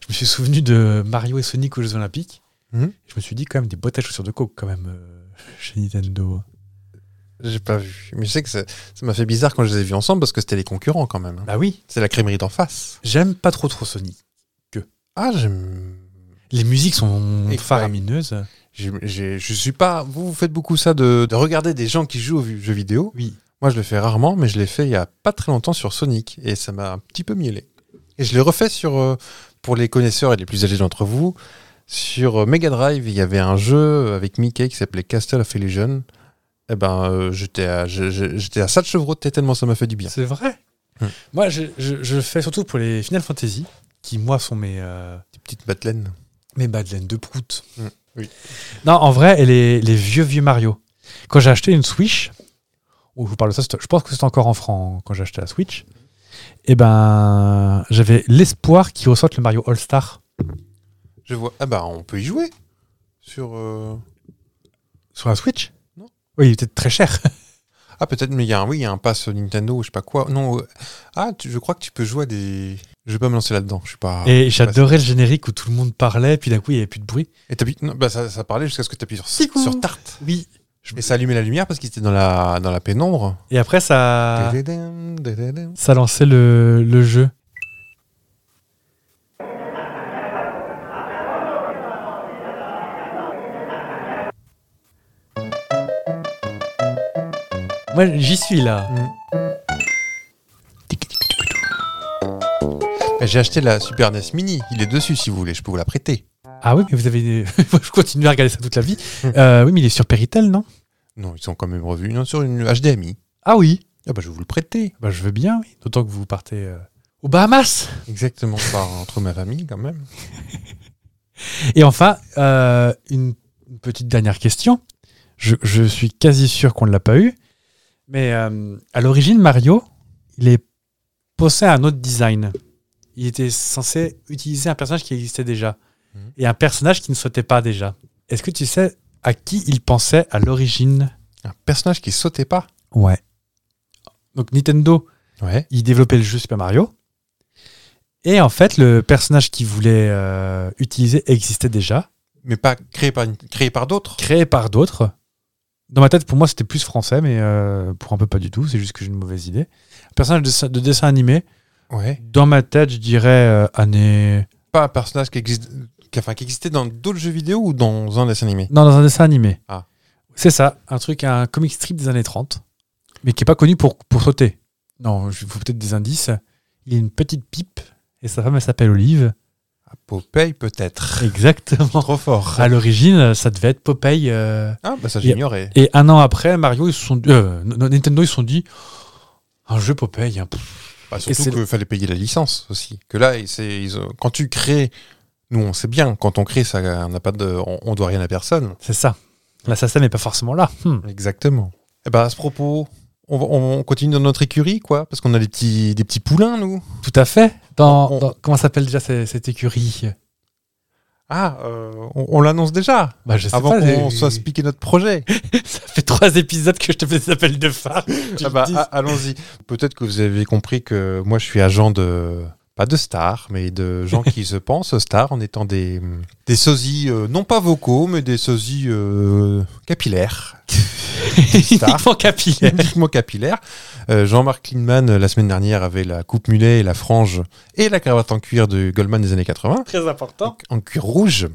[SPEAKER 1] je me suis souvenu de Mario et Sonic aux Jeux Olympiques.
[SPEAKER 2] Mhm.
[SPEAKER 1] Je me suis dit quand même des boîtes à chaussures de coke quand même euh, chez Nintendo.
[SPEAKER 2] J'ai pas vu. Mais je sais que ça ça m'a fait bizarre quand je les ai vus ensemble parce que c'était les concurrents quand même. hein.
[SPEAKER 1] Bah oui,
[SPEAKER 2] C'est la crémerie d'en face.
[SPEAKER 1] j'aime pas trop trop Sony.
[SPEAKER 2] Ah, j'aime.
[SPEAKER 1] Les musiques sont
[SPEAKER 2] Et-
[SPEAKER 1] faramineuses.
[SPEAKER 2] Je, je, je suis pas. Vous, vous faites beaucoup ça de, de regarder des gens qui jouent aux jeux vidéo.
[SPEAKER 1] Oui.
[SPEAKER 2] Moi, je le fais rarement, mais je l'ai fait il y a pas très longtemps sur Sonic et ça m'a un petit peu miellé. Et je l'ai refait sur, euh, pour les connaisseurs et les plus âgés d'entre vous, sur euh, Mega Drive. Il y avait un jeu avec Mickey qui s'appelait Castle of Illusion. Eh ben, euh, j'étais à, je- je- j'étais à ça de chevrotter tellement ça m'a fait du bien.
[SPEAKER 1] C'est vrai.
[SPEAKER 2] Hmm.
[SPEAKER 1] Moi, je, je- je le fais surtout pour les Final Fantasy, qui, moi, sont mes, euh,
[SPEAKER 2] Des petites madeleines.
[SPEAKER 1] mes madeleines de prout.
[SPEAKER 2] Hmm, oui.
[SPEAKER 1] Non, en vrai, et les, les vieux, vieux Mario. Quand j'ai acheté une Switch, où je vous parle de ça, c'était- je pense que c'était encore en franc quand j'ai acheté la Switch, et ben, j'avais l'espoir qu'ils ressortent le Mario All-Star.
[SPEAKER 2] Je vois. Ah bah, on peut y jouer. Sur. euh,
[SPEAKER 1] Sur la Switch
[SPEAKER 2] Non.
[SPEAKER 1] Oui, il était très cher.
[SPEAKER 2] Ah, peut-être, mais il y a un, oui, il y a un pass Nintendo, ou je sais pas quoi. Non. euh, Ah, tu- je crois que tu peux jouer à des. Je vais pas me lancer là-dedans. Je suis Ah, pas.
[SPEAKER 1] et j'adorais le générique où tout le monde parlait, puis d'un coup, il n'y avait plus de bruit.
[SPEAKER 2] Et t'appuies- non, bah, ça, ça parlait jusqu'à ce que tu appuies sur,
[SPEAKER 1] Sikou.
[SPEAKER 2] sur tarte.
[SPEAKER 1] Oui.
[SPEAKER 2] Et ça allumait la lumière parce qu'il était dans la, dans la pénombre.
[SPEAKER 1] Et après, ça,
[SPEAKER 2] Ah. Dédédém, dédédém.
[SPEAKER 1] ça lançait le, le jeu. Moi, j'y suis là.
[SPEAKER 2] Et J'ai acheté la Super NES Mini. Il est dessus si vous voulez. Je peux vous la prêter.
[SPEAKER 1] Ah oui, mais vous avez. <laughs> je continue à regarder ça toute la vie. Euh, oui, mais il est sur Péritel, non
[SPEAKER 2] Non, ils sont quand même revus. Non, sur une HDMI.
[SPEAKER 1] Ah oui.
[SPEAKER 2] Ah bah, je vais vous le prêter.
[SPEAKER 1] Bah, je veux bien, oui. D'autant que vous partez euh, aux Bahamas.
[SPEAKER 2] Exactement. par entre ma famille quand même.
[SPEAKER 1] Et enfin, euh, une une petite dernière question. Je, je suis quasi sûr qu'on ne l'a pas eu. Mais euh, à l'origine, Mario, il est posé à un autre design. Il était censé utiliser un personnage qui existait déjà.
[SPEAKER 2] Mhm.
[SPEAKER 1] Et un personnage qui ne sautait pas déjà. Est-ce que tu sais à qui il pensait à l'origine
[SPEAKER 2] Un personnage qui sautait pas.
[SPEAKER 1] Ouais. Donc Nintendo,
[SPEAKER 2] Ouais.
[SPEAKER 1] il développait le jeu Super Mario. Et en fait, le personnage qu'il voulait euh, utiliser existait déjà.
[SPEAKER 2] Mais pas créé par, une- créé par d'autres.
[SPEAKER 1] créé par d'autres. Dans ma tête, pour moi, c'était plus français, mais euh, pour un peu pas du tout. C'est juste que j'ai une mauvaise idée. Un personnage de, dessin- de dessin animé.
[SPEAKER 2] Ouais.
[SPEAKER 1] Dans ma tête, je dirais euh, année.
[SPEAKER 2] Pas un personnage qui existe. qui- Enfin, qui existait dans d'autres jeux vidéo ou dans un dessin animé
[SPEAKER 1] Non, dans un dessin animé.
[SPEAKER 2] Ah.
[SPEAKER 1] C'est ça, un truc, un comic strip des années 30, mais qui est pas connu pour, pour sauter. Non, je vous peut-être des indices. Il a une petite pipe et sa femme, elle s'appelle Olive.
[SPEAKER 2] Ah, Popeye peut-être.
[SPEAKER 1] Exactement.
[SPEAKER 2] Trop fort.
[SPEAKER 1] À l'origine, ça devait être Popeye. euh,
[SPEAKER 2] Ah bah ça
[SPEAKER 1] Ah, Il y a-
[SPEAKER 2] j'ignorais.
[SPEAKER 1] Et un an après, Mario, ils se sont, euh, Nintendo, ils se sont dit un jeu Popeye, un
[SPEAKER 2] Bah,
[SPEAKER 1] Et c'est
[SPEAKER 2] surtout qu'il fallait payer la licence aussi. Que là, et c'est- ils ont- quand tu crées, nous on sait bien, quand on crée, ça, on n'a pas de, on, on doit rien à personne.
[SPEAKER 1] C'est ça. L'assassin n'est pas forcément là. Hmm.
[SPEAKER 2] Exactement. Et bah à ce propos, on, va- on continue dans notre écurie quoi, parce qu'on a des petits, des petits poulains nous.
[SPEAKER 1] Tout à fait. Dans,
[SPEAKER 2] On- on-
[SPEAKER 1] dans- comment s'appelle déjà ces- cette, écurie
[SPEAKER 2] Ah, euh, on, on l'annonce déjà
[SPEAKER 1] bah, je sais
[SPEAKER 2] avant
[SPEAKER 1] pas,
[SPEAKER 2] qu'on
[SPEAKER 1] j'ai-
[SPEAKER 2] soit piquer notre projet.
[SPEAKER 1] Ça fait trois épisodes que je te fais des appels de <laughs> phare. Tu
[SPEAKER 2] Ah
[SPEAKER 1] le
[SPEAKER 2] bah,
[SPEAKER 1] dis.
[SPEAKER 2] a- allons-y. Peut-être que vous avez compris que moi je suis agent de pas de stars, mais de
[SPEAKER 1] <laughs>
[SPEAKER 2] gens qui se pensent stars en étant des des sosies euh, non pas vocaux, mais des sosies euh,
[SPEAKER 1] <laughs>
[SPEAKER 2] capillaires.
[SPEAKER 1] Uniquement capillaire.
[SPEAKER 2] uniquement capillaire. Euh, Jean-Marc Klingman, euh, la semaine dernière, avait la coupe mulet et la frange et la cravate en cuir de Goldman des années 80,
[SPEAKER 1] Très important.
[SPEAKER 2] en cuir rouge.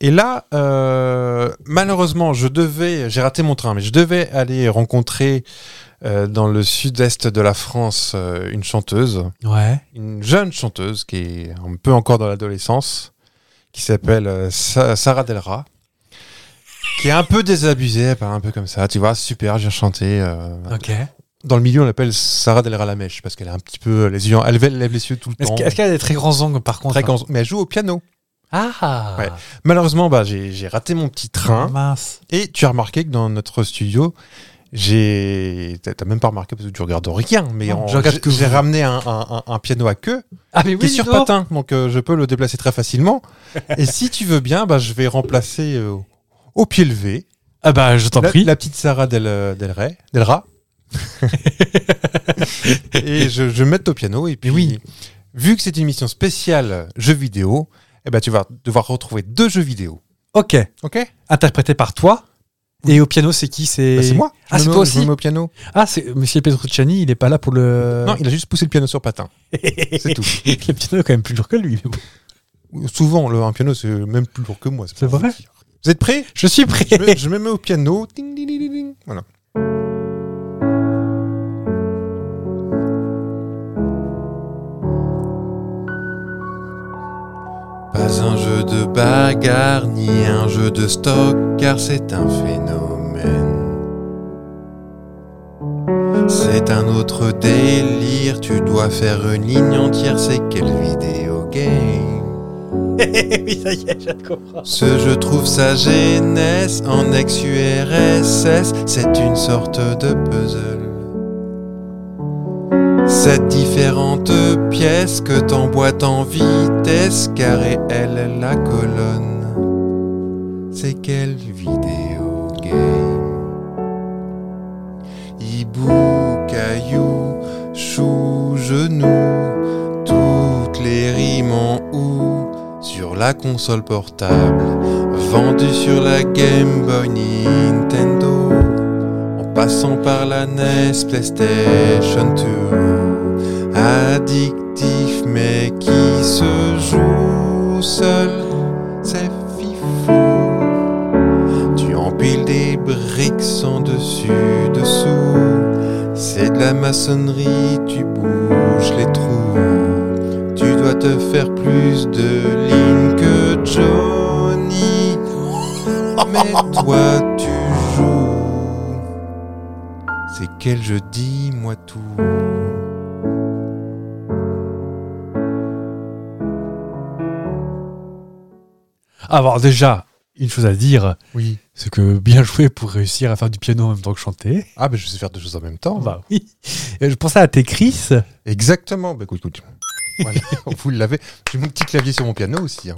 [SPEAKER 2] Et là, euh, malheureusement, je devais, j'ai raté mon train, mais je devais aller rencontrer euh, dans le sud-est de la France euh, une chanteuse,
[SPEAKER 1] Ouais.
[SPEAKER 2] une jeune chanteuse qui est un peu encore dans l'adolescence, qui s'appelle euh, Sa- Sarah Delra, qui est un peu désabusée, elle parle un peu comme ça, tu vois, super, j'ai chanté. euh,
[SPEAKER 1] Ok. Est-ce
[SPEAKER 2] dans le milieu, on l'appelle Sarah Del Ralamèche parce qu'elle a un petit peu les yeux, en- elle lève les yeux tout le temps.
[SPEAKER 1] que- est-ce qu'elle a des très grands ongles par contre
[SPEAKER 2] Très grande- mais elle joue au piano.
[SPEAKER 1] Ah
[SPEAKER 2] Ouais. Malheureusement, bah, j'ai j'ai raté mon petit train.
[SPEAKER 1] Mince.
[SPEAKER 2] Et tu as remarqué que dans notre studio, j'ai. T'as t'as même pas remarqué parce que tu regardes rien, mais
[SPEAKER 1] Non,
[SPEAKER 2] en-
[SPEAKER 1] Ah, je regarde
[SPEAKER 2] j'ai-
[SPEAKER 1] que
[SPEAKER 2] j'ai
[SPEAKER 1] vous.
[SPEAKER 2] ramené un, un- un- un piano à queue
[SPEAKER 1] Ah mais
[SPEAKER 2] qui est sur patin, donc euh, je peux le déplacer
[SPEAKER 1] <laughs>
[SPEAKER 2] très facilement. et si tu veux bien, bah, je vais remplacer euh, au pied levé
[SPEAKER 1] Ah bah je t'en
[SPEAKER 2] la,
[SPEAKER 1] prie.
[SPEAKER 2] la petite Sarah Del, euh, Del, Rey-
[SPEAKER 1] <laughs>
[SPEAKER 2] Del Ra. et je, je vais me mettre au piano. Et puis,
[SPEAKER 1] Mais oui.
[SPEAKER 2] vu que c'est une émission spéciale jeux vidéo, eh ben, tu vas devoir retrouver deux jeux vidéo.
[SPEAKER 1] Ok.
[SPEAKER 2] OK
[SPEAKER 1] Interprété par toi Et au piano, c'est qui C'est
[SPEAKER 2] Bah, c'est moi. Je
[SPEAKER 1] Ah,
[SPEAKER 2] me
[SPEAKER 1] c'est
[SPEAKER 2] mets
[SPEAKER 1] toi
[SPEAKER 2] au- Je me
[SPEAKER 1] aussi
[SPEAKER 2] mets au piano. Euh,
[SPEAKER 1] Ah, c'est Monsieur Petrucciani, il est pas là pour le.
[SPEAKER 2] Non, il a juste poussé le piano sur patin.
[SPEAKER 1] <laughs> c'est
[SPEAKER 2] tout.
[SPEAKER 1] le piano est quand même plus dur que lui. mais bon.
[SPEAKER 2] Souvent, le, un piano, c'est même plus lourd que moi.
[SPEAKER 1] C'est
[SPEAKER 2] pas
[SPEAKER 1] vrai
[SPEAKER 2] possible. Vous êtes prêts
[SPEAKER 1] Je suis prêt.
[SPEAKER 2] je, me, je me mets au piano. Ding, ding, ding, ding, ding. Voilà. Pas un jeu de bagarre ni un jeu de stock, car c'est un phénomène. C'est un autre délire, tu dois faire une ligne entière, c'est quel vidéo game
[SPEAKER 1] oui, ça y est, je comprends.
[SPEAKER 2] ce je trouve sa jeunesse en ex-URSS, c'est une sorte de puzzle. Cette différentes pièces que t'emboîtes en vitesse, car est elle la colonne. C'est quelle vidéo game Hibou, caillou, chou, genou, toutes les rimes en ou sur la console portable, vendue sur la Game Boy Nintendo, en passant par la NES PlayStation 2, addictif mais qui se joue seul, c'est fifou. Tu empiles des briques sans dessus dessous, c'est de la maçonnerie, tu bouges les trous. Tu dois te faire plus de lignes que Johnny. Mais toi, tu joues. C'est quel jeu dis-moi tout.
[SPEAKER 1] Alors, déjà, une chose à dire,
[SPEAKER 2] Oui.
[SPEAKER 1] c'est que bien joué pour réussir à faire du piano en même temps que chanter.
[SPEAKER 2] Ah, ben je sais faire deux choses en même temps.
[SPEAKER 1] Bah oui. Et Je pensais à tes Chris.
[SPEAKER 2] Exactement. Bah, écoute, écoute. Voilà, <laughs> vous l'avez. J'ai mon petit clavier sur mon piano aussi. hein.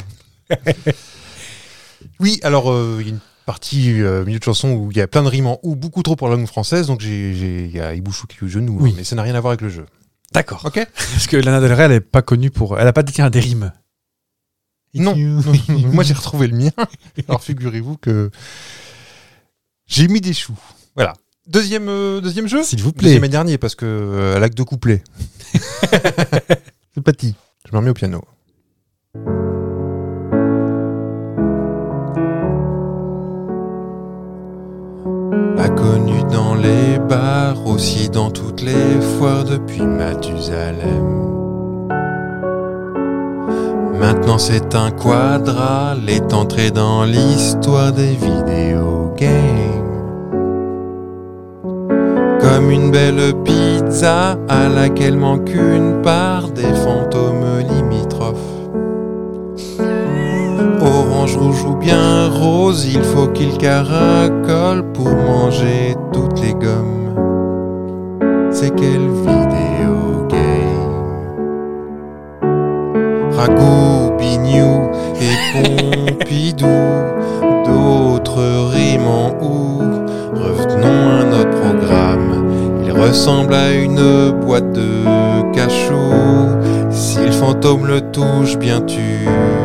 [SPEAKER 2] oui, alors, euh, il y a une partie euh, milieu de chanson où il y a plein de rimes en ou, beaucoup trop pour la langue française, donc j'ai- j'ai- il y a Ibouchou qui est au genou,
[SPEAKER 1] Oui.
[SPEAKER 2] hein, mais ça n'a rien à voir avec le jeu.
[SPEAKER 1] D'accord.
[SPEAKER 2] Ok
[SPEAKER 1] Parce que Lana Del Rey, elle est pas connue pour. Elle a pas détenu des rimes.
[SPEAKER 2] Non.
[SPEAKER 1] You-
[SPEAKER 2] <laughs> Moi, j'ai retrouvé
[SPEAKER 1] <laughs>
[SPEAKER 2] le mien. Alors, figurez-vous que j'ai mis des choux. Voilà. Deuxième, euh, deuxième jeu
[SPEAKER 1] S'il vous plaît.
[SPEAKER 2] Deuxième et dernier, parce que euh, elle a que deux couplets. C'est parti. Je m'en remets au piano. Inconnu dans les bars, aussi dans toutes les foires depuis Mathusalem. Maintenant c'est un quadral est entré dans l'histoire des vidéo games. Comme une belle pizza à laquelle manque une part des fantômes limitrophes. Orange, rouge ou bien rose, il faut qu'il caracole pour manger toutes les gommes. C'est quelle vidéo game Rago, Bignou et Pompidou, d'autres rimes en ou. Revenons à notre programme. Il ressemble à une boîte de cachot. Si le fantôme le touche, bien tu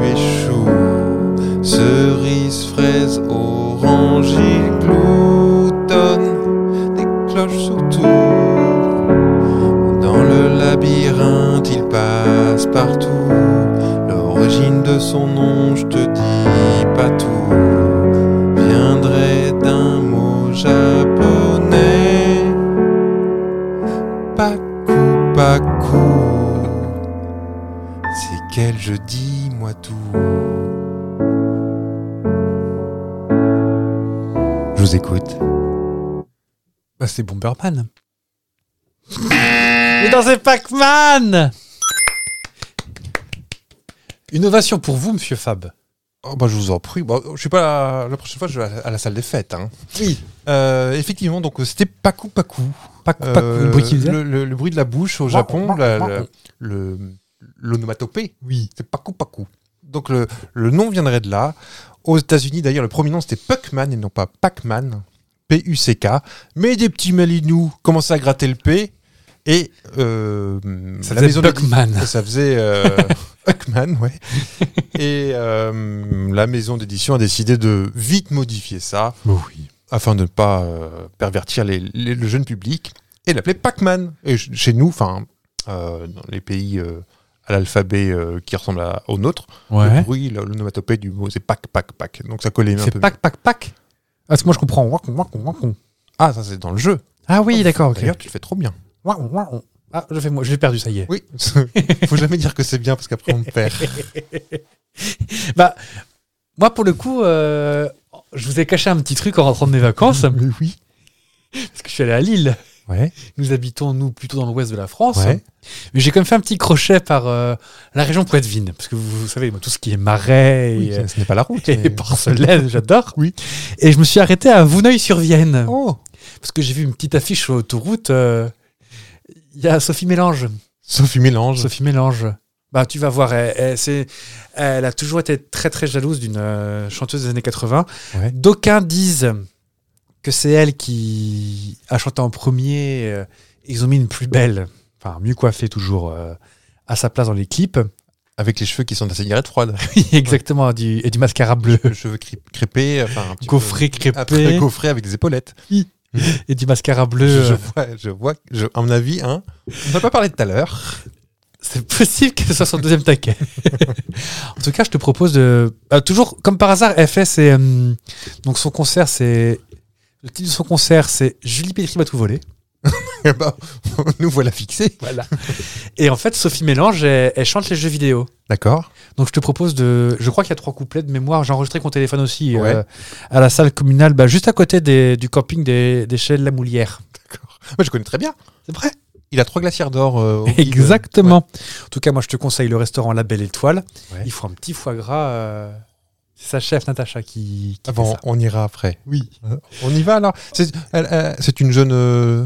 [SPEAKER 2] échoues. Cerise, fraise, orange, il gloutonne. Des cloches surtout. Dans le labyrinthe, il passe partout. L'origine de son nom, je te dis pas tout. Viendrait d'un mot japonais. Paku, paku. C'est quel je dis, moi tout. Je vous écoute.
[SPEAKER 1] Bah, c'est Bomberman. Mais dans c'est Pac-Man Une ovation pour vous, monsieur Fab.
[SPEAKER 2] Oh bah je vous en prie. Bon, je suis pas la, la prochaine fois, je vais à la, à la salle des fêtes. Hein.
[SPEAKER 1] Oui.
[SPEAKER 2] Euh, effectivement, donc euh, c'était Paku Paku.
[SPEAKER 1] Pac-
[SPEAKER 2] Euh,
[SPEAKER 1] Pac- le bruit qu'il faisait
[SPEAKER 2] le, le- le bruit de la bouche au Japon, la- la- le l'onomatopée,
[SPEAKER 1] Oui.
[SPEAKER 2] c'est Paku Paku. Donc le, le nom viendrait de là. Aux États-Unis, d'ailleurs, le premier nom c'était Puckman et non pas Pac-Man, P-U-C-K. Mais des petits malinous commençaient à gratter le P et euh,
[SPEAKER 1] Ça faisait
[SPEAKER 2] d'édi-
[SPEAKER 1] Pac-Man.
[SPEAKER 2] et ça
[SPEAKER 1] <laughs>
[SPEAKER 2] faisait euh, Huckman, ouais. Et euh, la maison d'édition a décidé de vite modifier ça.
[SPEAKER 1] Oui.
[SPEAKER 2] afin de ne pas euh, pervertir les- les- le jeune public, et l'appelait Pac-Man. Et ch- chez nous, enfin, euh, dans les pays euh, à l'alphabet euh, qui ressemble à- au nôtre, le bruit, le- l'onomatopée du mot, c'est Pac, Pac, Pac. Donc ça collait un
[SPEAKER 1] C'est
[SPEAKER 2] peu.
[SPEAKER 1] pack, pack, pack. Parce que Ah, moi, je comprends. Wacon, wacon, wacon.
[SPEAKER 2] mieux. Ah, ça c'est dans le jeu.
[SPEAKER 1] Ah oui, d'accord, ok.
[SPEAKER 2] D'ailleurs, tu le fais trop bien.
[SPEAKER 1] Wacon, wacon. Ah, je fais moi, je l'ai perdu, ça y est.
[SPEAKER 2] Oui. <laughs> Faut jamais dire que c'est bien parce qu'après on perd.
[SPEAKER 1] Moi, pour le coup, euh, je vous ai caché un petit truc en rentrant de mes vacances.
[SPEAKER 2] Mais oui.
[SPEAKER 1] <laughs> parce que je suis allé à Lille.
[SPEAKER 2] Ouais.
[SPEAKER 1] Nous habitons, nous, plutôt dans l'ouest de la France.
[SPEAKER 2] Ouais.
[SPEAKER 1] Mais j'ai quand même fait un petit crochet par euh, la région Poitevine. Parce que vous, vous savez, moi, tout ce qui est marais
[SPEAKER 2] Oui,
[SPEAKER 1] et,
[SPEAKER 2] ça- ce n'est pas la route.
[SPEAKER 1] <laughs> euh, et
[SPEAKER 2] mais-
[SPEAKER 1] porcelaine, j'adore.
[SPEAKER 2] Oui.
[SPEAKER 1] Et je me suis arrêté à Vouneuil-sur-Vienne.
[SPEAKER 2] <laughs> Oh,
[SPEAKER 1] Parce que j'ai vu une petite affiche sur l'autoroute. euh, Il y a Sophie Mélange.
[SPEAKER 2] Sophie Mélange.
[SPEAKER 1] Sophie Mélange. Bah, tu vas voir, elle, elle- c'est- elle a toujours été très très jalouse d'une euh, chanteuse des années 80.
[SPEAKER 2] Ouais.
[SPEAKER 1] D'aucuns disent que c'est elle qui a chanté en premier. euh, ils ont mis une plus belle, enfin mieux coiffée toujours, euh, à sa place dans les clips. <laughs>
[SPEAKER 2] Avec les cheveux qui sont de la cigarette froide.
[SPEAKER 1] Oui, Exactement, du, et du mascara bleu.
[SPEAKER 2] Les cheveux cré- crépés. Enfin, un petit peu-
[SPEAKER 1] Gaufré
[SPEAKER 2] Après,
[SPEAKER 1] crépé
[SPEAKER 2] gaufré avec des épaulettes.
[SPEAKER 1] et du mascara bleu.
[SPEAKER 2] Je, je
[SPEAKER 1] euh,
[SPEAKER 2] vois, je vois, je- à mon avis, hein. On n'a pas parlé tout à l'heure.
[SPEAKER 1] C'est possible que ce soit son deuxième taquet. <laughs> en tout cas, je te propose de. Ah, toujours, comme par hasard, elle fait ses, hum, donc son concert, c'est. Le titre de son concert, c'est Julie Pétri va tout voler.
[SPEAKER 2] <laughs> Eh ben, <laughs> nous voilà fixés.
[SPEAKER 1] Voilà. <laughs> Et en fait, Sophie Mélange, elle, elle chante les jeux vidéo.
[SPEAKER 2] D'accord.
[SPEAKER 1] Donc je te propose de. Je crois qu'il y a trois couplets de mémoire. J'ai enregistré avec mon téléphone aussi
[SPEAKER 2] Ouais.
[SPEAKER 1] euh, à la salle communale, bah, juste à côté des- du camping des, des Chais de la Moulière.
[SPEAKER 2] D'accord. Moi, je connais très bien.
[SPEAKER 1] C'est vrai
[SPEAKER 2] Il a trois glacières d'or. euh, <laughs> au guide.
[SPEAKER 1] Exactement. En tout cas, moi, je te conseille le restaurant La Belle Étoile.
[SPEAKER 2] Ouais.
[SPEAKER 1] Il faut un petit foie gras. euh, C'est sa chef, Natacha, qui, qui
[SPEAKER 2] Ah bon,
[SPEAKER 1] fait ça.
[SPEAKER 2] on ira après.
[SPEAKER 1] Oui.
[SPEAKER 2] Euh, On y va alors. C'est elle- elle- c'est une jeune. euh,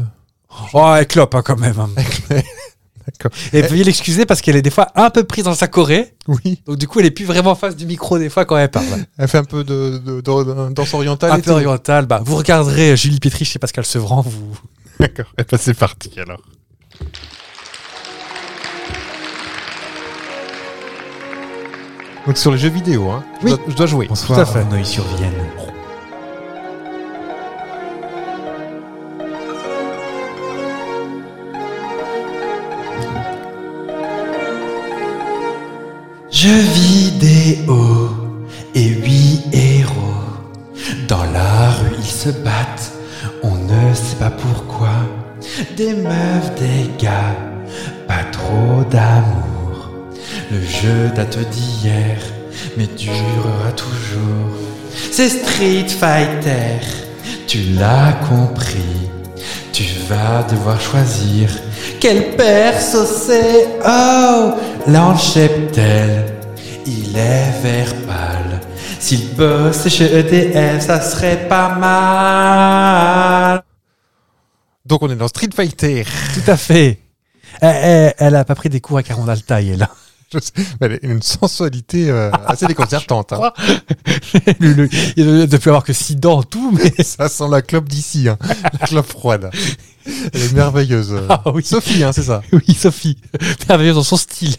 [SPEAKER 1] Oh, elle clope hein, quand même. hein.
[SPEAKER 2] <laughs> D'accord. Eh.
[SPEAKER 1] Et veuillez l'excuser parce qu'elle est des fois un peu prise dans sa corée.
[SPEAKER 2] Oui.
[SPEAKER 1] Donc, du coup, elle est plus vraiment en face du micro des fois quand elle parle.
[SPEAKER 2] Elle fait un peu de, de- de- de danse orientale.
[SPEAKER 1] un
[SPEAKER 2] et
[SPEAKER 1] peu
[SPEAKER 2] tout.
[SPEAKER 1] orientale. Bah, vous regarderez Julie Pétriche et Pascal Sevran. Vous...
[SPEAKER 2] <laughs> D'accord. Eh ben, c'est parti alors. Donc sur les jeux vidéo, hein. Je
[SPEAKER 1] Oui.
[SPEAKER 2] dois- je dois jouer.
[SPEAKER 1] Bonsoir,
[SPEAKER 2] Tout à fait.
[SPEAKER 1] sur Vienne.
[SPEAKER 5] Jeux vidéo et huit héros. Dans la rue, ils se battent, on ne sait pas pourquoi. Des meufs, des gars, pas trop d'amour. Le jeu date d'hier, mais durera toujours. C'est Street Fighter, tu l'as compris. Tu vas devoir choisir quel perso c'est. Oh, l'encheptel, il est vert pâle. S'il bossait chez EDF, ça serait pas mal.
[SPEAKER 2] Donc on est dans Street Fighter.
[SPEAKER 1] Tout à fait. Elle, elle- elle a pas pris des cours à Carondal Taille, <laughs> elle. hein.
[SPEAKER 2] Je sais, mais elle a une sensualité euh, assez déconcertante.
[SPEAKER 1] <laughs>
[SPEAKER 2] hein.
[SPEAKER 1] crois. Le- le- Il ne peut avoir que six dents en tout, mais.
[SPEAKER 2] Ça sent la clope d'ici, hein. la clope froide. Elle est merveilleuse. euh.
[SPEAKER 1] <laughs> Ah oui.
[SPEAKER 2] Sophie, hein, c'est ça.
[SPEAKER 1] Oui, Sophie. Merveilleuse dans son style.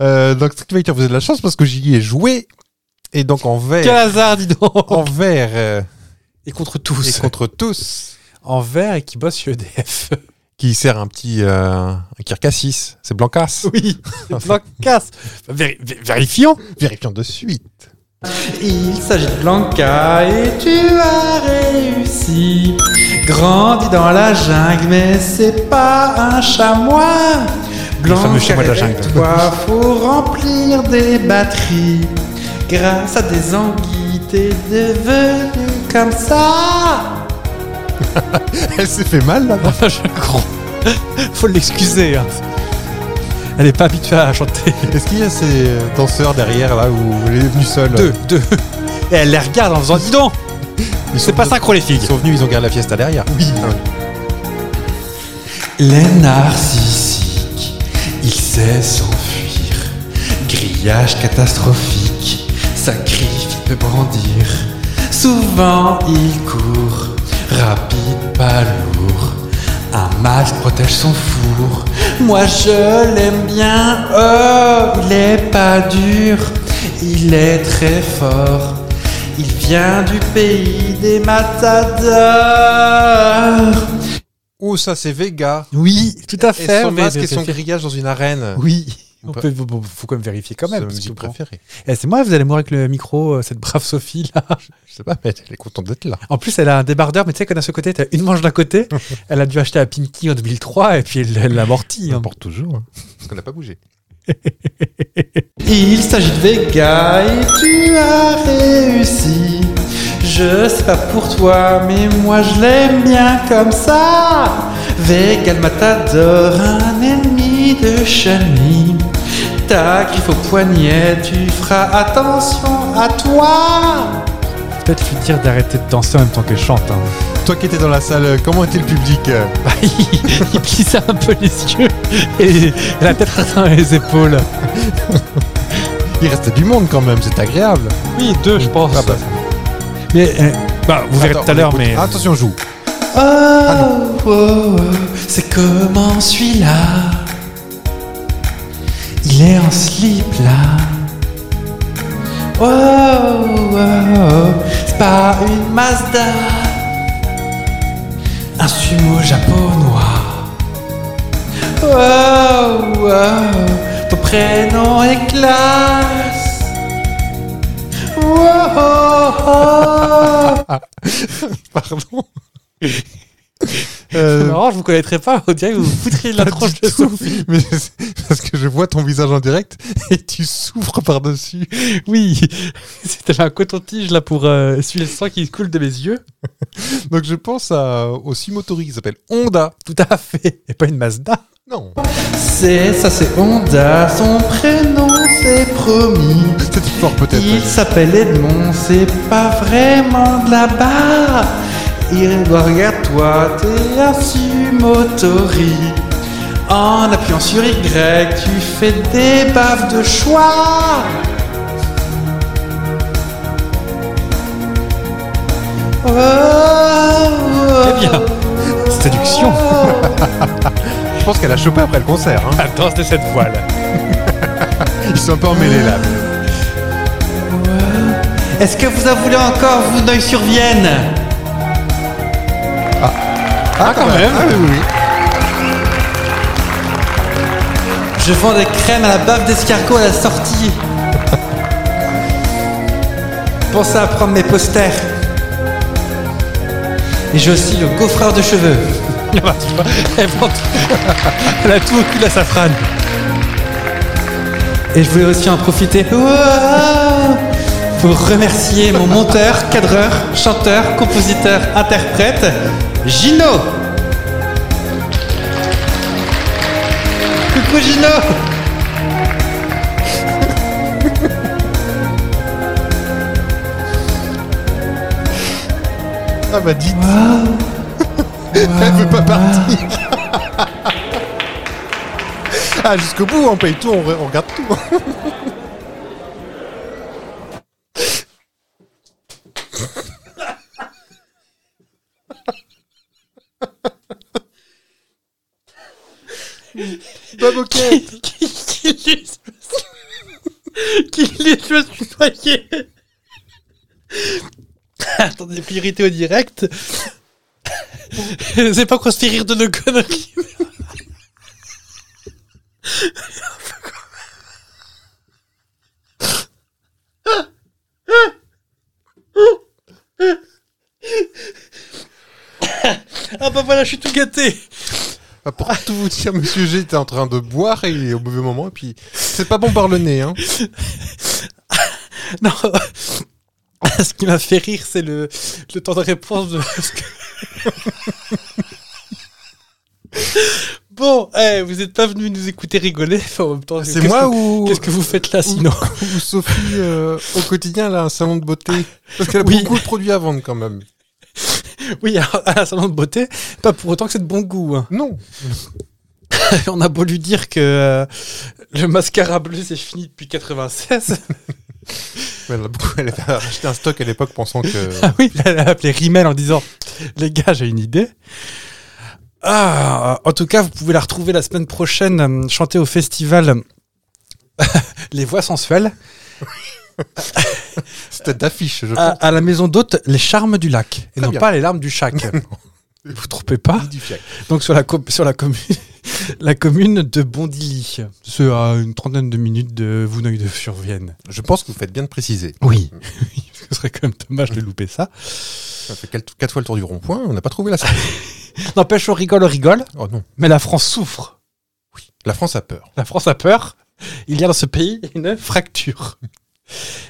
[SPEAKER 2] Euh, donc Street Fighter, vous avez de la chance parce que j'y ai joué. Et donc en
[SPEAKER 1] Quel
[SPEAKER 2] vert,
[SPEAKER 1] hasard, dis donc.
[SPEAKER 2] en vert euh,
[SPEAKER 1] Et contre
[SPEAKER 2] et
[SPEAKER 1] tous.
[SPEAKER 2] contre tous,
[SPEAKER 1] En vert et qui bosse chez E EDF.
[SPEAKER 2] qui sert un petit euh, un Kirkassis. C'est Blancas.
[SPEAKER 1] <laughs> Oui, Blancas. Véri- vé- Vérifions.
[SPEAKER 2] <laughs> Vérifions de suite.
[SPEAKER 5] Il s'agit de Blanca et tu as réussi. Grandi dans la jungle, mais c'est pas un chamois.
[SPEAKER 1] fameux chamois de la
[SPEAKER 5] avec
[SPEAKER 1] jungle.
[SPEAKER 5] Toi, faut remplir des batteries. Grâce à des anguilles, t'es devenu comme ça.
[SPEAKER 2] <laughs> Elle s'est fait mal là-bas.
[SPEAKER 1] <laughs> Je crois. Faut l'excuser. hein. Elle n'est pas habituée à chanter.
[SPEAKER 2] Est-ce qu'il y a ces euh, danseurs derrière là où elle est venue seule euh,
[SPEAKER 1] Deux, deux. Et elle les regarde en faisant Dis donc,
[SPEAKER 2] Ils
[SPEAKER 1] c'est
[SPEAKER 2] sont
[SPEAKER 1] pas
[SPEAKER 2] venus-
[SPEAKER 1] synchro les filles.
[SPEAKER 2] Ils sont venus, ils ont gardé la fiesta derrière. Ah, Oui.
[SPEAKER 5] Les narcissiques, ils sait s'enfuir. Grillage catastrophique, sa griffe peut brandir. Souvent il court, rapide, pas lourd. Un masque protège son four. Moi je l'aime bien, oh, il est pas dur, il est très fort.
[SPEAKER 6] Il vient du pays des matadors.
[SPEAKER 2] Oh, ça, c'est Vega.
[SPEAKER 1] Oui, tout à
[SPEAKER 2] Et
[SPEAKER 1] fait.
[SPEAKER 2] son
[SPEAKER 1] mais-
[SPEAKER 2] masque et son grillage dans une arène.
[SPEAKER 1] Oui.
[SPEAKER 2] On
[SPEAKER 1] On
[SPEAKER 2] peut-
[SPEAKER 1] peut- faut- faut quand même vérifier quand
[SPEAKER 2] C'est
[SPEAKER 1] même.
[SPEAKER 2] ma
[SPEAKER 1] parce que
[SPEAKER 2] musique
[SPEAKER 1] bon.
[SPEAKER 2] préférée.
[SPEAKER 1] Eh, c'est moi, vous allez mourir avec le micro, euh, cette brave Sophie là.
[SPEAKER 2] Je sais pas, <laughs> mais elle est contente d'être là.
[SPEAKER 1] En plus, elle a un débardeur, mais tu sais qu'on a ce côté, t'as une manche d'un côté. elle a dû acheter à Pimki en 2003 et puis elle elle l'amortit. hein.
[SPEAKER 2] porte toujours. Parce qu'on n'a pas bougé.
[SPEAKER 6] <laughs> Il s'agit de Vega et tu as réussi. Je sais pas pour toi, mais moi je l'aime bien comme ça. Vega le matador, un ennemi de Chani. Ta griffe au poignet, tu feras attention à toi.
[SPEAKER 1] Peut-être lui dire d'arrêter de danser en même temps qu'elle chante. hein.
[SPEAKER 2] Toi qui étais dans la salle, comment était le public euh
[SPEAKER 1] Bah, il, il plissa un peu les yeux et la tête atteint les épaules.
[SPEAKER 2] Il restait du monde quand même, c'est agréable.
[SPEAKER 1] Oui, deux, je pense.
[SPEAKER 2] Ah bah.
[SPEAKER 1] Mais, euh, bah, vous verrez
[SPEAKER 2] Attends,
[SPEAKER 1] tout à l'heure,
[SPEAKER 2] écoute, Ah,
[SPEAKER 1] mais.
[SPEAKER 2] Attention, on joue.
[SPEAKER 6] Oh, oh, oh, c'est comment celui-là Il est en slip là. Oh, oh, oh, c'est pas une Mazda. Un sumo japonois. Oh, oh, oh, ton prénom est classe. Oh, oh, oh.
[SPEAKER 2] <laughs> <laughs> Pardon.
[SPEAKER 1] C'est
[SPEAKER 2] Euh,
[SPEAKER 1] marrant, je vous connaîtrais pas. On dirait que vous foutriez de la tronche de Sophie.
[SPEAKER 2] mais c'est- parce que je vois ton visage en direct et tu souffres par-dessus.
[SPEAKER 1] Oui, <laughs> c'était un coton-tige là pour euh, essuyer le sang qui coule de mes yeux.
[SPEAKER 2] Donc je pense à, au Simotori qui s'appelle Honda.
[SPEAKER 1] Tout à fait. Et pas une Mazda.
[SPEAKER 2] Non,
[SPEAKER 6] C'est ça, c'est Honda, son prénom c'est promis.
[SPEAKER 2] c'est fort
[SPEAKER 6] Il
[SPEAKER 2] peut-être.
[SPEAKER 6] s'appelle Edmond, c'est pas vraiment de là-bas. Il doit regarde toi, t'es un sumotori. En appuyant sur Y, tu fais des baves de choix. Oh,
[SPEAKER 1] Eh bien, séduction.
[SPEAKER 2] Je pense qu'elle a chopé après le concert.
[SPEAKER 6] Ah
[SPEAKER 2] Hein.
[SPEAKER 1] La danse de cette voile. <laughs>
[SPEAKER 2] Ils sont un peu emmêlés là.
[SPEAKER 6] <laughs> Est-ce que vous en voulez encore, vous, d'œil sur Vienne
[SPEAKER 2] Ah, quand même. Ah, oui, oui, oui.
[SPEAKER 6] Je vends des crèmes à la bave d'escargot à la sortie. Pensez à prendre mes posters. Et j'ai aussi le gaufreur de cheveux.
[SPEAKER 1] Elle, prend tout- <laughs> Elle a tout au cul de la safrane.
[SPEAKER 6] Et je voulais aussi en profiter Ouah pour remercier mon monteur, cadreur, chanteur, compositeur, interprète, Gino. Coucou Gino
[SPEAKER 2] Ah bah dites. Elle veut pas partir. ah jusqu'au bout, on paye tout, on, re- on regarde tout. Bob Hockey.
[SPEAKER 1] Qu'il laisse Qu'il laisse me tutoyer. Attendez, priorité au direct. C'est pas qu'on se fait rire de nos conneries. Ah bah voilà, je suis tout gâté.
[SPEAKER 2] Ah, Pour tout vous dire, Monsieur G était en train de boire et il est au mauvais moment et puis c'est pas bon par le nez. Hein.
[SPEAKER 1] <laughs> Non. Ce qui m'a fait rire, c'est le, le temps de réponse. de- parce que- <laughs> bon, eh, vous n'êtes pas venu nous écouter rigoler. Enfin, en même temps,
[SPEAKER 2] C'est
[SPEAKER 1] qu'est-ce
[SPEAKER 2] moi
[SPEAKER 1] que-
[SPEAKER 2] ou
[SPEAKER 1] Qu'est-ce que vous faites là
[SPEAKER 2] <laughs>
[SPEAKER 1] sinon
[SPEAKER 2] ou Sophie euh, au quotidien là un salon de beauté parce qu'elle a
[SPEAKER 1] Oui.
[SPEAKER 2] beaucoup de produits à vendre quand même.
[SPEAKER 1] Oui, à à un salon de beauté, pas pour autant que c'est de bon goût. hein. <laughs>
[SPEAKER 2] Non,
[SPEAKER 1] On a beau lui dire que euh, le mascara bleu c'est fini depuis 96.
[SPEAKER 2] elle a beaucoup elle a acheté un stock à l'époque pensant que
[SPEAKER 1] <laughs> Ah oui, elle a appelé Rimmel en disant Les gars, j'ai une idée. Ah, en tout cas, vous pouvez la retrouver la semaine prochaine euh, <laughs> chanter au festival Les Voix Sensuelles.
[SPEAKER 2] C'est tête d'affiche, je
[SPEAKER 1] à,
[SPEAKER 2] pense.
[SPEAKER 1] à la maison d'hôte les charmes du lac et
[SPEAKER 2] Très
[SPEAKER 1] non
[SPEAKER 2] bien.
[SPEAKER 1] pas les larmes du chac. <laughs> vous vous trompez pas
[SPEAKER 2] Du fiac.
[SPEAKER 1] Donc sur la com- sur la commune <laughs> la commune de Bondilly, c'est à une trentaine de minutes de Vouneuil-de-sur-Vienne.
[SPEAKER 2] Je pense que vous faites bien de préciser.
[SPEAKER 1] Oui. <laughs> Ce serait quand même dommage de louper ça.
[SPEAKER 2] Ça fait quatre quatre fois le tour du rond-point, on n'a pas trouvé la sortie.
[SPEAKER 1] N'empêche, on rigole, on rigole,
[SPEAKER 2] Oh non.
[SPEAKER 1] mais la France souffre.
[SPEAKER 2] La France a peur.
[SPEAKER 1] La France a peur. Il y a dans ce pays une fracture.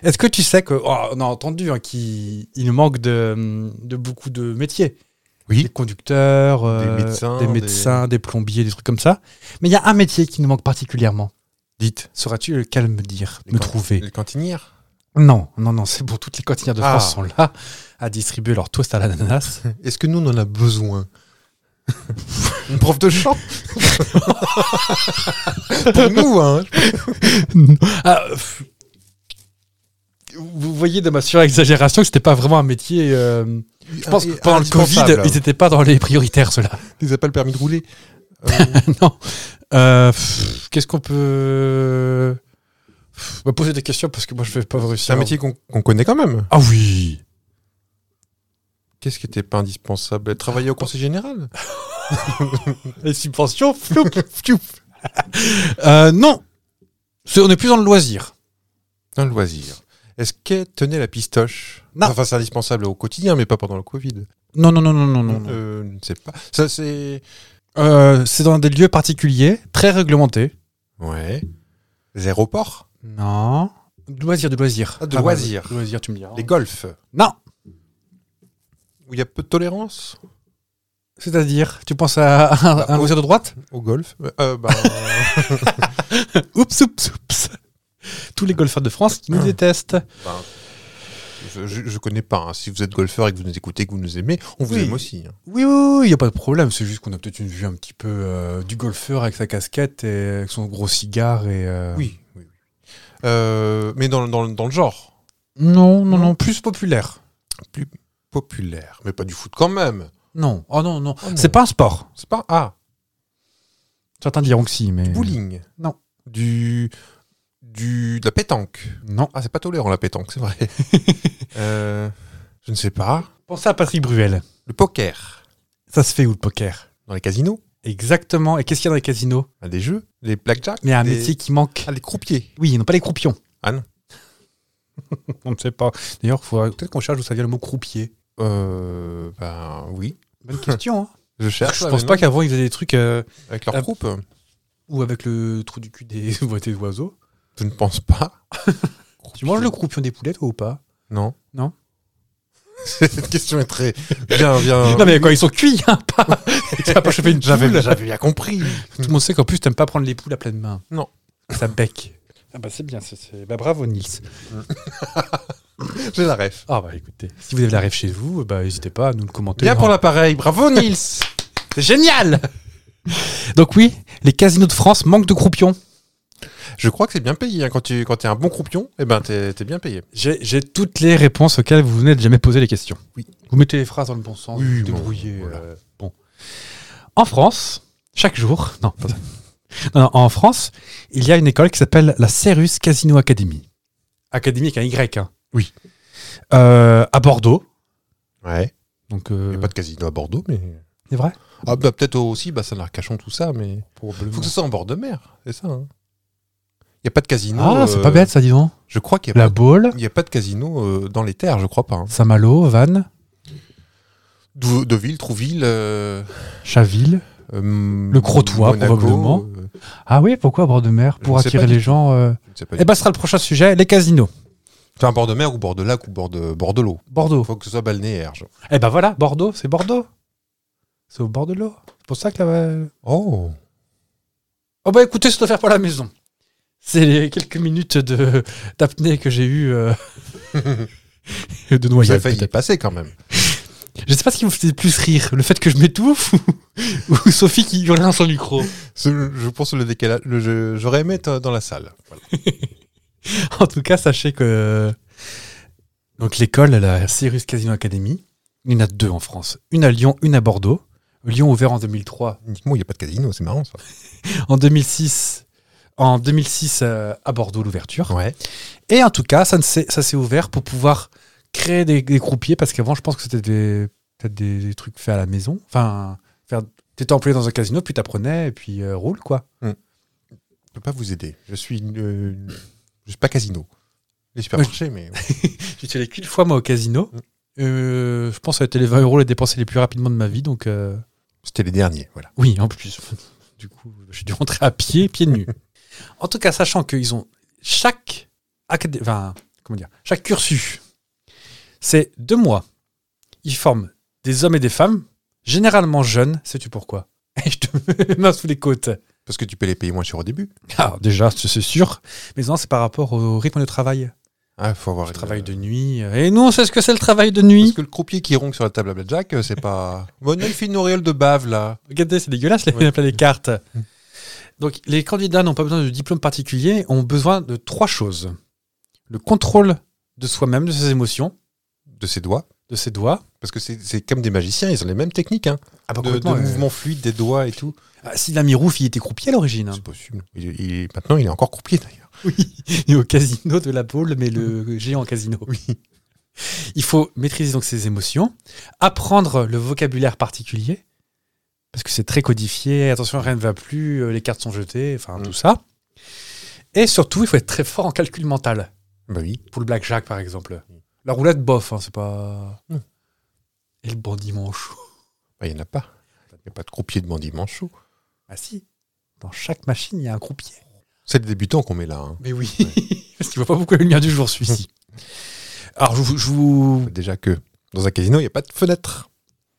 [SPEAKER 1] Est-ce que tu sais que oh, on a entendu hein, qu'il il manque de, hum, de beaucoup de métiers
[SPEAKER 2] Oui.
[SPEAKER 1] Des conducteurs, euh,
[SPEAKER 2] médecins,
[SPEAKER 1] des, médecins des... plombiers, des trucs comme ça. Mais il y a un métier qui nous manque particulièrement.
[SPEAKER 2] Dites.
[SPEAKER 1] Sauras-tu lequel me dire,
[SPEAKER 2] Les
[SPEAKER 1] me
[SPEAKER 2] cantines-
[SPEAKER 1] trouver
[SPEAKER 2] Les cantinières.
[SPEAKER 1] Non, non, non, c'est bon. Toutes les cantinières de
[SPEAKER 2] Ah.
[SPEAKER 1] France sont là à distribuer leur toast à
[SPEAKER 2] <laughs>
[SPEAKER 1] l'ananas.
[SPEAKER 2] Est-ce que nous, on en
[SPEAKER 1] <laughs>
[SPEAKER 2] a besoin Une prof de chant Pour nous, hein
[SPEAKER 1] Ah, pff. vous voyez de ma surexagération que c'était pas vraiment un métier. euh, je pense que pendant le Covid, ils n'étaient pas dans les prioritaires, ceux-là.
[SPEAKER 2] ils n'ont pas le permis de rouler. Euh,
[SPEAKER 1] Euh, pff, Qu'est-ce qu'on peut. Pff, On va poser Bah, des questions parce que moi, je vais pas réussir.
[SPEAKER 2] c'est un métier qu'on qu'on connaît quand même.
[SPEAKER 1] Ah oui
[SPEAKER 2] Qu'est-ce qui n'était pas indispensable Travailler au conseil général
[SPEAKER 1] Les subventions, floup, floup. <laughs> Euh, Non C'est- On est plus dans le loisir.
[SPEAKER 2] Dans le loisir. Est-ce qu'elle tenait la pistoche
[SPEAKER 1] Non.
[SPEAKER 2] Enfin, c'est indispensable au quotidien, mais pas pendant le Covid.
[SPEAKER 1] Non, non, non, non, non, non. non.
[SPEAKER 2] Euh, je ne sais pas. Ça, c'est.
[SPEAKER 1] Euh, c'est dans des lieux particuliers, très réglementés.
[SPEAKER 2] Ouais. Les aéroports
[SPEAKER 1] Non. De loisir, de loisir.
[SPEAKER 2] Ah, de
[SPEAKER 1] bah,
[SPEAKER 2] loisir.
[SPEAKER 1] de loisir, tu me diras.
[SPEAKER 2] Les golfs
[SPEAKER 1] Non
[SPEAKER 2] Où il y a peu de tolérance
[SPEAKER 1] C'est-à-dire, tu penses à un,
[SPEAKER 2] Bah,
[SPEAKER 1] un
[SPEAKER 2] au-
[SPEAKER 1] loisir de droite
[SPEAKER 2] Au golf Euh, bah, <laughs>
[SPEAKER 1] Oups, oups, oups. Tous les golfeurs de France qui nous
[SPEAKER 2] Ah.
[SPEAKER 1] détestent.
[SPEAKER 2] je, je- je connais pas. hein. Si vous êtes golfeur et que vous nous écoutez, que vous nous aimez, on vous
[SPEAKER 1] Oui.
[SPEAKER 2] aime aussi. hein.
[SPEAKER 1] Oui, oui, oui, il n'y a pas de problème. C'est juste qu'on a peut-être une vue un petit peu euh, du golfeur avec sa casquette et avec son gros cigare et. euh,
[SPEAKER 2] Oui. oui, oui. Euh, mais dans, dans- dans le genre
[SPEAKER 1] Non, non, non, plus populaire.
[SPEAKER 2] populaire, mais pas du foot quand même.
[SPEAKER 1] Non. Oh non, non.
[SPEAKER 2] Oh non.
[SPEAKER 1] C'est pas un sport.
[SPEAKER 2] C'est pas ah
[SPEAKER 1] Certains diront que si, mais.
[SPEAKER 2] bowling.
[SPEAKER 1] Non.
[SPEAKER 2] Du du de la pétanque.
[SPEAKER 1] Non.
[SPEAKER 2] Ah c'est pas tolérant la pétanque,
[SPEAKER 1] <laughs>
[SPEAKER 2] c'est vrai. Euh, je ne sais pas.
[SPEAKER 1] Pensez à Patrick Bruel.
[SPEAKER 2] Le poker
[SPEAKER 1] Ça se fait où le poker
[SPEAKER 2] dans les casinos,
[SPEAKER 1] Exactement. Et qu'est-ce qu'il y a dans les casinos
[SPEAKER 2] à des jeux, les blackjack.
[SPEAKER 1] Mais un
[SPEAKER 2] les-
[SPEAKER 1] métier qui manque.
[SPEAKER 2] Ah, les croupiers.
[SPEAKER 1] Oui, non, pas les croupions.
[SPEAKER 2] Ah non.
[SPEAKER 1] <laughs> On ne sait pas. D'ailleurs, il faudrait peut-être qu'on cherche d'où ça vient le mot croupier.
[SPEAKER 2] Euh, ben oui. <laughs>
[SPEAKER 1] Bonne question. hein.
[SPEAKER 2] Je cherche.
[SPEAKER 1] Je
[SPEAKER 2] là,
[SPEAKER 1] pense
[SPEAKER 2] mais
[SPEAKER 1] pas
[SPEAKER 2] non.
[SPEAKER 1] qu'avant ils faisaient des trucs euh,
[SPEAKER 2] avec leur
[SPEAKER 1] Ah.
[SPEAKER 2] groupe.
[SPEAKER 1] ou avec le trou du cul des <laughs> voix des oiseaux.
[SPEAKER 2] Je ne pense pas.
[SPEAKER 1] Tu manges le croupion des poulettes ou pas
[SPEAKER 2] Non.
[SPEAKER 1] Non.
[SPEAKER 2] <laughs> Cette question est très bien, bien.
[SPEAKER 1] Non mais quand ils sont cuits, hein, pas. <laughs> T'as pas chopé une poule.
[SPEAKER 2] J'avais, j'avais bien compris.
[SPEAKER 1] Tout le monde sait qu'en plus t'aimes pas prendre les poules à pleine main.
[SPEAKER 2] Non.
[SPEAKER 1] Ça bec. Ah bah c'est bien, c'est- c'est- bah bravo Nils.
[SPEAKER 2] J'ai la ref.
[SPEAKER 1] Ah bah écoutez, si vous avez la rêve chez vous, bah n'hésitez pas à nous le commenter.
[SPEAKER 2] Bien
[SPEAKER 1] Non.
[SPEAKER 2] pour l'appareil. Bravo Nils.
[SPEAKER 1] C'est génial. <laughs> Donc oui, les casinos de France manquent de croupions.
[SPEAKER 2] Je crois que c'est bien payé. hein. Quand tu quand t'es un bon croupion, eh ben t'es, t'es bien payé.
[SPEAKER 1] J'ai j'ai toutes les réponses auxquelles vous venez de jamais poser les questions.
[SPEAKER 2] Oui.
[SPEAKER 1] Vous mettez les phrases dans le bon sens,
[SPEAKER 2] Oui,
[SPEAKER 1] vous vous
[SPEAKER 2] bon,
[SPEAKER 1] débrouillez.
[SPEAKER 2] voilà.
[SPEAKER 1] euh, bon. En France, chaque jour, non, pardon. Non, non, en France, il y a une école qui s'appelle la Cerus Casino Academy. Académie avec un Y. hein.
[SPEAKER 2] Oui.
[SPEAKER 1] Euh, à Bordeaux.
[SPEAKER 2] Ouais.
[SPEAKER 1] Donc,
[SPEAKER 2] Il
[SPEAKER 1] euh,
[SPEAKER 2] n'y a pas de casino à Bordeaux, mais.
[SPEAKER 1] c'est vrai
[SPEAKER 2] Ah bah peut-être aussi, bah ça l'arcachon tout ça, mais. Faut que ce soit en bord de mer, c'est ça. Il n'y a pas de casino.
[SPEAKER 1] Ah, c'est
[SPEAKER 2] euh,
[SPEAKER 1] pas bête ça, dis donc.
[SPEAKER 2] Je crois qu'il n'y a,
[SPEAKER 1] La
[SPEAKER 2] pas-
[SPEAKER 1] Baule,
[SPEAKER 2] il y a pas de casino euh, dans les terres, je crois pas. hein.
[SPEAKER 1] Saint-Malo, Vannes,
[SPEAKER 2] Dou- Deauville, Trouville, euh,
[SPEAKER 1] Chaville.
[SPEAKER 2] euh,
[SPEAKER 1] Le Crotoy,
[SPEAKER 2] Monaco,
[SPEAKER 1] probablement.
[SPEAKER 2] euh,
[SPEAKER 1] Ah oui, pourquoi bord de mer
[SPEAKER 2] Je
[SPEAKER 1] Pour
[SPEAKER 2] ne sais
[SPEAKER 1] attirer
[SPEAKER 2] pas du
[SPEAKER 1] les gens. euh.
[SPEAKER 2] je ne sais pas du
[SPEAKER 1] Eh ben, ce sera le prochain sujet, les casinos.
[SPEAKER 2] Enfin, bord de mer ou bord de lac ou bord de, bord de l'eau.
[SPEAKER 1] Bordeaux.
[SPEAKER 2] Faut que ce soit balnéaire. je-
[SPEAKER 1] Eh ben voilà, Bordeaux, c'est Bordeaux. C'est au bord de l'eau. C'est pour ça que euh, là.
[SPEAKER 2] Oh
[SPEAKER 1] Oh bah écoutez, c'est offert pour la maison. C'est les quelques minutes de d'apnée que j'ai eu euh, <laughs> de
[SPEAKER 2] Vous avez
[SPEAKER 1] noyade.
[SPEAKER 2] failli y
[SPEAKER 1] peut-être.
[SPEAKER 2] passer quand même.
[SPEAKER 1] Je sais pas ce qui vous fait le plus rire, le fait que je m'étouffe ou, ou Sophie qui hurle dans son micro.
[SPEAKER 2] Ce- je pense le décalage. le- je- J'aurais aimé être dans la salle. Voilà.
[SPEAKER 1] <laughs> En tout cas, sachez que donc l'école, la Cyrus Casino Academy, il y en a deux en France, une à Lyon, une à Bordeaux. Lyon ouvert en 2003,
[SPEAKER 2] Uniquement, il n'y a pas de casino, c'est marrant ça.
[SPEAKER 1] en 2006. en 2006 euh, à Bordeaux, l'ouverture.
[SPEAKER 2] Ouais.
[SPEAKER 1] Et en tout cas, ça ne s'est ça s'est ouvert pour pouvoir créer des, des croupiers, parce qu'avant, je pense que c'était des- peut-être des, des trucs faits à la maison. Enfin, faire, t'étais employé dans un casino, puis t'apprenais, et puis euh, roule, quoi.
[SPEAKER 2] Je peux pas vous aider. Je suis, euh, je suis pas casino. Les supermarchés, mais
[SPEAKER 1] J'y suis allé qu'une fois, moi, au casino. Euh, je pense que ça a été les 20 euros les dépensés les plus rapidement de ma vie, donc... euh,
[SPEAKER 2] c'était les derniers, voilà.
[SPEAKER 1] Oui, en plus. <laughs> Du coup, j'ai dû rentrer à pied, pieds nus. <laughs> en tout cas, sachant qu'ils ont chaque acadé- enfin, comment dire, chaque cursus, c'est deux mois. Ils forment des hommes et des femmes, généralement jeunes. Sais-tu pourquoi <laughs> Et Je te mets sous les côtes.
[SPEAKER 2] Parce que tu peux les payer moins cher au début.
[SPEAKER 1] Ah, déjà, c'est c'est sûr. Mais non, c'est par rapport au rythme de travail.
[SPEAKER 2] Ah, faut avoir.
[SPEAKER 1] Le
[SPEAKER 2] une-
[SPEAKER 1] travail de nuit. Et nous, on sait ce que c'est le travail de nuit.
[SPEAKER 2] Parce que le croupier qui ronque sur la table à blackjack, euh,
[SPEAKER 1] <laughs>
[SPEAKER 2] c'est pas. Bon, elle fait une auréole de bave là.
[SPEAKER 1] Regardez, c'est dégueulasse, <laughs> les
[SPEAKER 2] Ouais. Mm.
[SPEAKER 1] plein des cartes. Donc, les candidats n'ont pas besoin de diplôme particulier, ont besoin de trois choses. Le contrôle de soi-même, de ses émotions,
[SPEAKER 2] De ses doigts.
[SPEAKER 1] de ses doigts.
[SPEAKER 2] Parce que c'est c'est comme des magiciens, ils ont les mêmes techniques, hein.
[SPEAKER 1] Ah,
[SPEAKER 2] de, de mouvements fluides des doigts et tout.
[SPEAKER 1] si l'ami Rouf, il était croupier à l'origine. hein.
[SPEAKER 2] C'est possible. Il, il- maintenant, il est encore croupier d'ailleurs.
[SPEAKER 1] Il est au casino de la boule, mais le géant casino. Il faut maîtriser donc ses émotions, apprendre le vocabulaire particulier, parce que c'est très codifié, attention, rien ne va plus, euh, les cartes sont jetées, enfin,
[SPEAKER 2] Mm.
[SPEAKER 1] tout ça. Et surtout, il faut être très fort en calcul mental.
[SPEAKER 2] Bah oui.
[SPEAKER 1] Pour le blackjack, par exemple. La roulette, bof, hein, c'est pas. Et le bandit manchot.
[SPEAKER 2] Bah, Il n'y en a pas. Il n'y a pas de croupier de bandit manchot.
[SPEAKER 1] Ah si, dans chaque machine, il y a un croupier.
[SPEAKER 2] C'est les débutants qu'on met là. hein.
[SPEAKER 1] Mais oui, parce qu'il voit pas beaucoup la lumière du jour, <laughs> celui-ci. Alors, je vous, je vous-
[SPEAKER 2] Déjà que dans un casino, il n'y a pas de fenêtre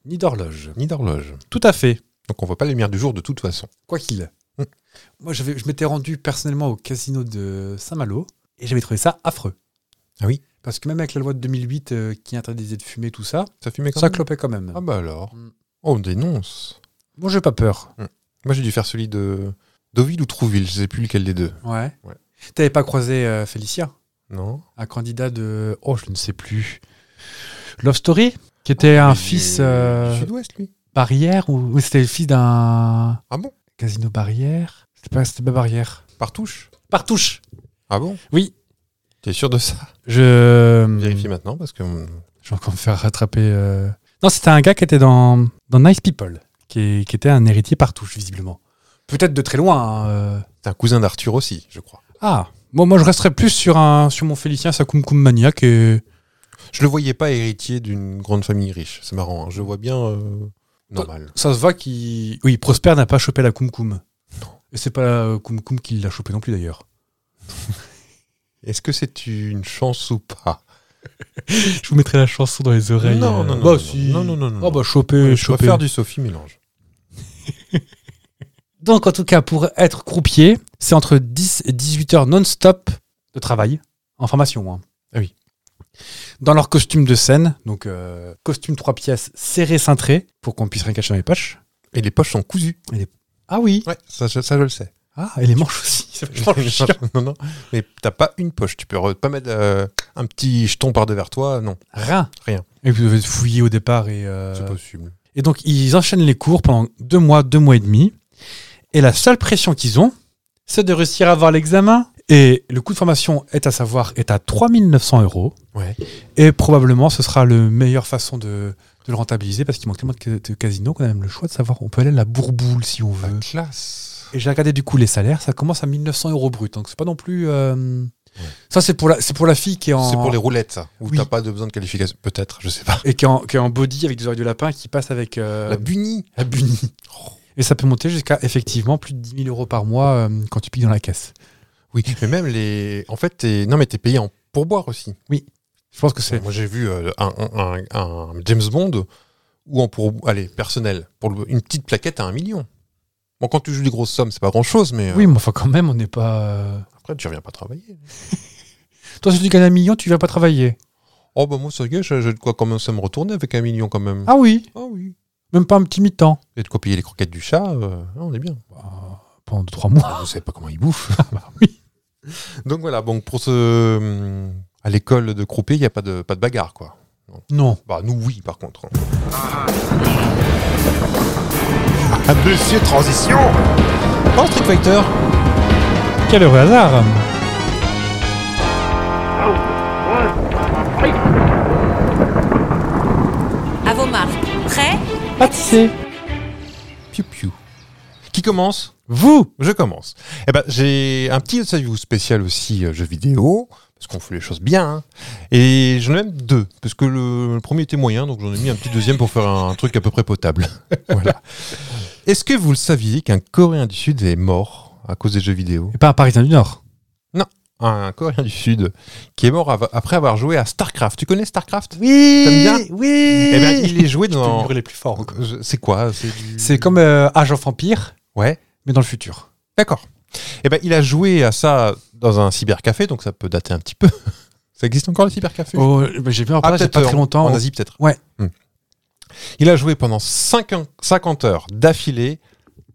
[SPEAKER 1] Ni d'horloge.
[SPEAKER 2] ni d'horloge.
[SPEAKER 1] Tout à fait,
[SPEAKER 2] Donc on voit pas la lumière du jour de toute façon.
[SPEAKER 1] quoi qu'il.
[SPEAKER 2] Mm.
[SPEAKER 1] Moi, j'avais- je m'étais rendu personnellement au casino de Saint-Malo et j'avais trouvé ça affreux.
[SPEAKER 2] Ah oui
[SPEAKER 1] Parce que même avec la loi de 2008 euh, qui interdisait de fumer tout ça,
[SPEAKER 2] Ça fumait quand
[SPEAKER 1] ça
[SPEAKER 2] même
[SPEAKER 1] clopait quand même.
[SPEAKER 2] Ah bah alors.
[SPEAKER 1] Mm.
[SPEAKER 2] Oh, on dénonce.
[SPEAKER 1] Bon, j'ai pas peur.
[SPEAKER 2] Moi j'ai dû faire celui de Deauville ou Trouville, je sais plus lequel des deux.
[SPEAKER 1] Ouais.
[SPEAKER 2] Ouais.
[SPEAKER 1] T'avais pas croisé euh, Félicia
[SPEAKER 2] Non
[SPEAKER 1] un candidat de. Oh, je ne sais plus. Love Story Qui était un
[SPEAKER 2] Mais
[SPEAKER 1] fils
[SPEAKER 2] du-
[SPEAKER 1] euh,
[SPEAKER 2] du Sud-Ouest lui.
[SPEAKER 1] barrière ou ou c'était le fils d'un.
[SPEAKER 2] Ah bon
[SPEAKER 1] Casino barrière C'était pas, c'était pas barrière.
[SPEAKER 2] Partouche
[SPEAKER 1] Partouche
[SPEAKER 2] Ah bon
[SPEAKER 1] Oui. Mm.
[SPEAKER 2] T'es sûr de ça
[SPEAKER 1] Je.
[SPEAKER 2] Vérifie maintenant parce que
[SPEAKER 1] Je vais encore me faire rattraper. euh. Non, c'était un gars qui était dans, dans Nice People, qui, est- qui était un héritier Partouche, visiblement. Peut-être de très loin. hein, euh.
[SPEAKER 2] t'es un cousin d'Arthur aussi, je crois.
[SPEAKER 1] Ah Bon, moi, je resterais plus sur, un, sur mon Félicien Sakoum Koum Maniac et.
[SPEAKER 2] Je le voyais pas héritier d'une grande famille riche, c'est marrant. hein. Je le vois bien euh, normal.
[SPEAKER 1] Ça se voit qu'il. Oui, Prosper n'a pas chopé la Koum Koum. Et c'est pas la Koum Koum qui l'a chopé non plus d'ailleurs.
[SPEAKER 2] Est-ce que c'est une chance ou pas
[SPEAKER 1] Je vous mettrai la chanson dans les oreilles.
[SPEAKER 2] Non,
[SPEAKER 1] euh.
[SPEAKER 2] non, non,
[SPEAKER 1] Bah,
[SPEAKER 2] non,
[SPEAKER 1] si.
[SPEAKER 2] non, non, non, non,
[SPEAKER 1] Ah,
[SPEAKER 2] non.
[SPEAKER 1] bah, choper,
[SPEAKER 2] Je dois
[SPEAKER 1] choper.
[SPEAKER 2] faire du Sophie mélange.
[SPEAKER 1] Donc, en tout cas, pour être croupier, c'est entre 10 et 18 heures non-stop de travail, en formation. hein.
[SPEAKER 2] Ah oui.
[SPEAKER 1] Dans leur costume de scène, donc euh, costume trois pièces serré, cintré, pour qu'on puisse rien cacher dans les poches.
[SPEAKER 2] Et les poches sont cousues.
[SPEAKER 1] Ah oui
[SPEAKER 2] Ouais, ça, je- ça je le sais.
[SPEAKER 1] Ah, et les manches aussi. <laughs> c'est vachement chiant.
[SPEAKER 2] non, non. Mais t'as pas une poche. Tu peux re- pas mettre euh, un petit jeton par devers toi. Non,
[SPEAKER 1] Rien.
[SPEAKER 2] Rien.
[SPEAKER 1] Et vous devez fouiller au départ et... euh,
[SPEAKER 2] c'est possible.
[SPEAKER 1] Et donc, ils enchaînent les cours pendant deux mois, deux mois et demi. Et la seule pression qu'ils ont, c'est de réussir à avoir l'examen. Et le coût de formation est à savoir, est à 3900 euros.
[SPEAKER 2] Ouais.
[SPEAKER 1] Et probablement, ce sera la meilleure façon de, de le rentabiliser parce qu'il manque tellement de, ca- de casinos qu'on a même le choix de savoir. On peut aller à la bourboule si on veut.
[SPEAKER 2] classe.
[SPEAKER 1] Et j'ai regardé du coup les salaires, ça commence à 1900 euros brut. Donc, c'est pas non plus. euh, Ça, c'est pour, la, c'est pour la fille qui est en.
[SPEAKER 2] C'est pour les roulettes, ça. Où
[SPEAKER 1] Oui.
[SPEAKER 2] t'as pas de besoin de qualification. Peut-être, je sais pas.
[SPEAKER 1] Et qui est, en, qui est en body avec des oreilles de lapin qui passe avec. euh,
[SPEAKER 2] La bunie.
[SPEAKER 1] La Bunny. Et ça peut monter jusqu'à effectivement plus de 10 000 euros par mois euh, quand tu piques dans la caisse.
[SPEAKER 2] Oui. Mais même les. En fait, t'es. Non, mais t'es payé en pourboire aussi.
[SPEAKER 1] Je pense que c'est.
[SPEAKER 2] Moi, j'ai vu euh, un, un- un- un James Bond ou en pour. Allez, personnel. Pour le- une petite plaquette à un million. Bon, quand tu joues des grosses sommes, c'est pas grand-chose, mais euh,
[SPEAKER 1] Oui, mais enfin quand même, on n'est pas. euh,
[SPEAKER 2] après, tu reviens pas travailler.
[SPEAKER 1] Toi, si tu gagnes un million, tu vas pas travailler.
[SPEAKER 2] Oh, bah, moi, ça y est, j'ai j'ai de quoi commencer à me retourner avec un million quand même.
[SPEAKER 1] Ah oui,
[SPEAKER 2] Ah oui.
[SPEAKER 1] même pas un petit mi-temps.
[SPEAKER 2] Et de quoi payer les croquettes du chat, euh, ah, on est bien.
[SPEAKER 1] Pendant 2-3 mois.
[SPEAKER 2] Ah, Vous savez pas comment il <laughs> bouffe. Donc voilà, bon, pour ce. hum, À l'école de croupier, il n'y a pas de, pas de bagarre, quoi.
[SPEAKER 1] Non.
[SPEAKER 2] Bah, nous, oui, par contre. Ah.
[SPEAKER 7] Monsieur Transition
[SPEAKER 2] Oh, Street Fighter
[SPEAKER 1] Quel heureux hasard
[SPEAKER 8] À vos marques. Prêt
[SPEAKER 1] À tisser
[SPEAKER 2] Piu piu. Qui commence
[SPEAKER 1] Vous
[SPEAKER 2] Je commence. Eh ben, j'ai un petit savez-vous spécial aussi euh, jeux vidéo, parce qu'on fait les choses bien. hein. Et j'en ai même deux, parce que le, le premier était moyen, donc j'en ai mis un petit deuxième pour faire un, truc à peu près potable. <laughs> voilà. Est-ce que vous le saviez qu'un Coréen du Sud est mort à cause des jeux vidéo
[SPEAKER 1] Et pas un Parisien du Nord.
[SPEAKER 2] Un Coréen du Sud qui est mort av- après avoir joué à StarCraft. Tu connais StarCraft
[SPEAKER 1] Oui
[SPEAKER 2] T'aimes bien
[SPEAKER 1] Oui
[SPEAKER 2] Eh ben, il
[SPEAKER 1] <laughs>
[SPEAKER 2] est joué dans. Mm.
[SPEAKER 1] plus fort.
[SPEAKER 2] Je- C'est quoi C'est du-
[SPEAKER 1] C'est comme euh, Age of Empire,
[SPEAKER 2] Ouais.
[SPEAKER 1] mais dans le futur.
[SPEAKER 2] D'accord. Eh ben, il a joué à ça dans un cybercafé, donc ça peut dater un petit peu. <laughs> ça existe encore le cybercafé
[SPEAKER 1] Oh, bah, j'ai vu un reportage il y a pas
[SPEAKER 2] Ah, peut-être
[SPEAKER 1] très
[SPEAKER 2] en-
[SPEAKER 1] longtemps.
[SPEAKER 2] En Asie, peut-être.
[SPEAKER 1] Ouais.
[SPEAKER 2] Hmm. Il a joué pendant 5 ans- 50 heures d'affilée,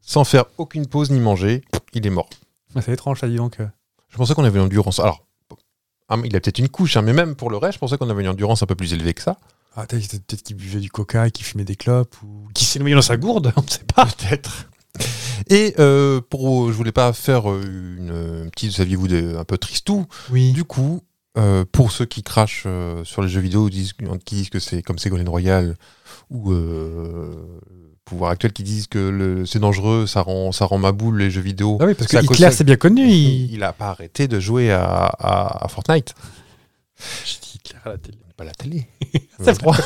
[SPEAKER 2] sans faire aucune pause ni manger. Il est mort.
[SPEAKER 1] Ah, C'est étrange, ça dit donc. euh.
[SPEAKER 2] Je pensais qu'on avait une endurance. Alors, hum, il a peut-être une couche, hein, mais même pour le reste, je pensais qu'on avait une endurance un peu plus élevée que ça.
[SPEAKER 1] Ah, peut-être qu'il- peut-être qu'il buvait du coca et qu'il fumait des clopes ou qu'il s'est noyé dans sa gourde, <laughs> on ne sait pas.
[SPEAKER 2] Peut-être. Et euh, pour, je voulais pas faire euh, une, une petite, saviez-vous, des- un peu tristou,
[SPEAKER 1] Oui.
[SPEAKER 2] Du coup, euh, pour ceux qui crachent euh, sur les jeux vidéo, disent- qui disent que c'est comme Ségolène Royal ou euh, Pouvoir Actuel, qui disent que le- c'est dangereux, ça rend, ça rend ma boule les jeux vidéo.
[SPEAKER 1] Ah oui, parce que
[SPEAKER 2] C'est à cause
[SPEAKER 1] Hitler,
[SPEAKER 2] de ça-
[SPEAKER 1] c'est bien connu. Il...
[SPEAKER 2] <laughs> il a pas arrêté de jouer à, à- à Fortnite. Pas la télé.
[SPEAKER 1] Ça
[SPEAKER 2] droit.
[SPEAKER 1] <laughs>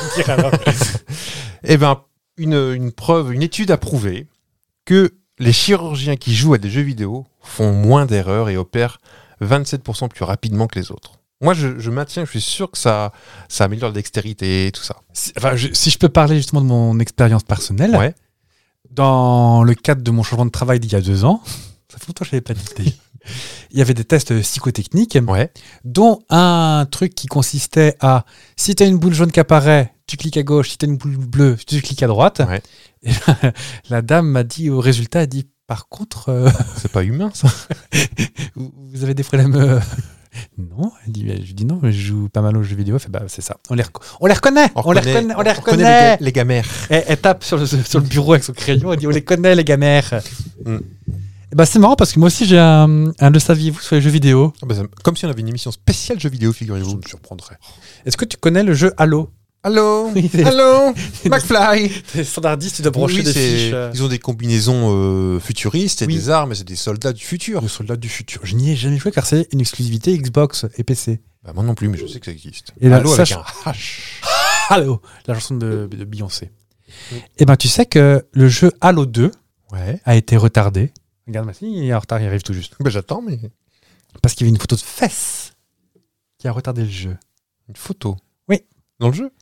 [SPEAKER 2] Eh ben, une, une preuve, une étude a prouvé que les chirurgiens qui jouent à des jeux vidéo font moins d'erreurs et opèrent 27% plus rapidement que les autres. Moi, je, je maintiens, je suis sûr que ça, ça améliore la dextérité et tout ça.
[SPEAKER 1] Si- enfin, je- si je peux parler justement de mon expérience personnelle,
[SPEAKER 2] Ouais.
[SPEAKER 1] dans le cadre de mon changement de travail d'il y a deux ans, ça fait longtemps que je l'avais pas dit. Il y avait des tests psychotechniques,
[SPEAKER 2] Ouais.
[SPEAKER 1] dont un truc qui consistait à si tu as une boule jaune qui apparaît, tu cliques à gauche, si tu as une boule bleue, tu cliques à droite.
[SPEAKER 2] Ouais.
[SPEAKER 1] Et <laughs> la, la dame m'a dit au résultat, elle dit par contre, euh,
[SPEAKER 2] C'est pas humain, ça.
[SPEAKER 1] vous vous avez des problèmes euh, <laughs> Non, elle dit, mais je dis non, mais je joue pas mal aux jeux vidéo. Elle fait, bah, c'est ça. On les, reco- on les reconnaît, on, les reconnaît, on les reconnaît.
[SPEAKER 2] les, ga- les gamères.
[SPEAKER 1] Elle, elle tape sur le, sur le bureau avec son crayon, elle dit on les connaît les gamères.
[SPEAKER 2] Mm.
[SPEAKER 1] Et bah, c'est marrant parce que moi aussi j'ai un, un le saviez-vous sur les jeux vidéo.
[SPEAKER 2] Ah ben, ça- comme si on avait une émission spéciale jeux vidéo, figurez-vous. Je me surprendrais.
[SPEAKER 1] Est-ce que tu connais le jeu Halo
[SPEAKER 2] Allô
[SPEAKER 1] Oui, <laughs> c'est-
[SPEAKER 2] Allô McFly
[SPEAKER 1] T'es standardiste, tu dois
[SPEAKER 2] Oui, c'est- Ils ont des combinaisons euh, futuristes et
[SPEAKER 1] Oui.
[SPEAKER 2] des armes, et c'est des soldats du futur.
[SPEAKER 1] Le soldat du futur. Je n'y ai jamais joué car c'est une exclusivité Xbox et PC.
[SPEAKER 2] Bah, moi non plus, mais je sais que ça existe.
[SPEAKER 1] Et là,
[SPEAKER 2] Allô
[SPEAKER 1] ça,
[SPEAKER 2] avec
[SPEAKER 1] je-
[SPEAKER 2] un H.
[SPEAKER 1] <laughs> Halo, la chanson de, de Beyoncé. Et ben tu sais que le jeu Halo 2
[SPEAKER 2] Ouais.
[SPEAKER 1] a été retardé. Regarde, si, il est en retard, il arrive tout juste.
[SPEAKER 2] Bah, j'attends, mais
[SPEAKER 1] Parce qu'il y avait une photo de fesse qui a retardé le jeu.
[SPEAKER 2] une photo.
[SPEAKER 1] Oui.
[SPEAKER 2] Dans le jeu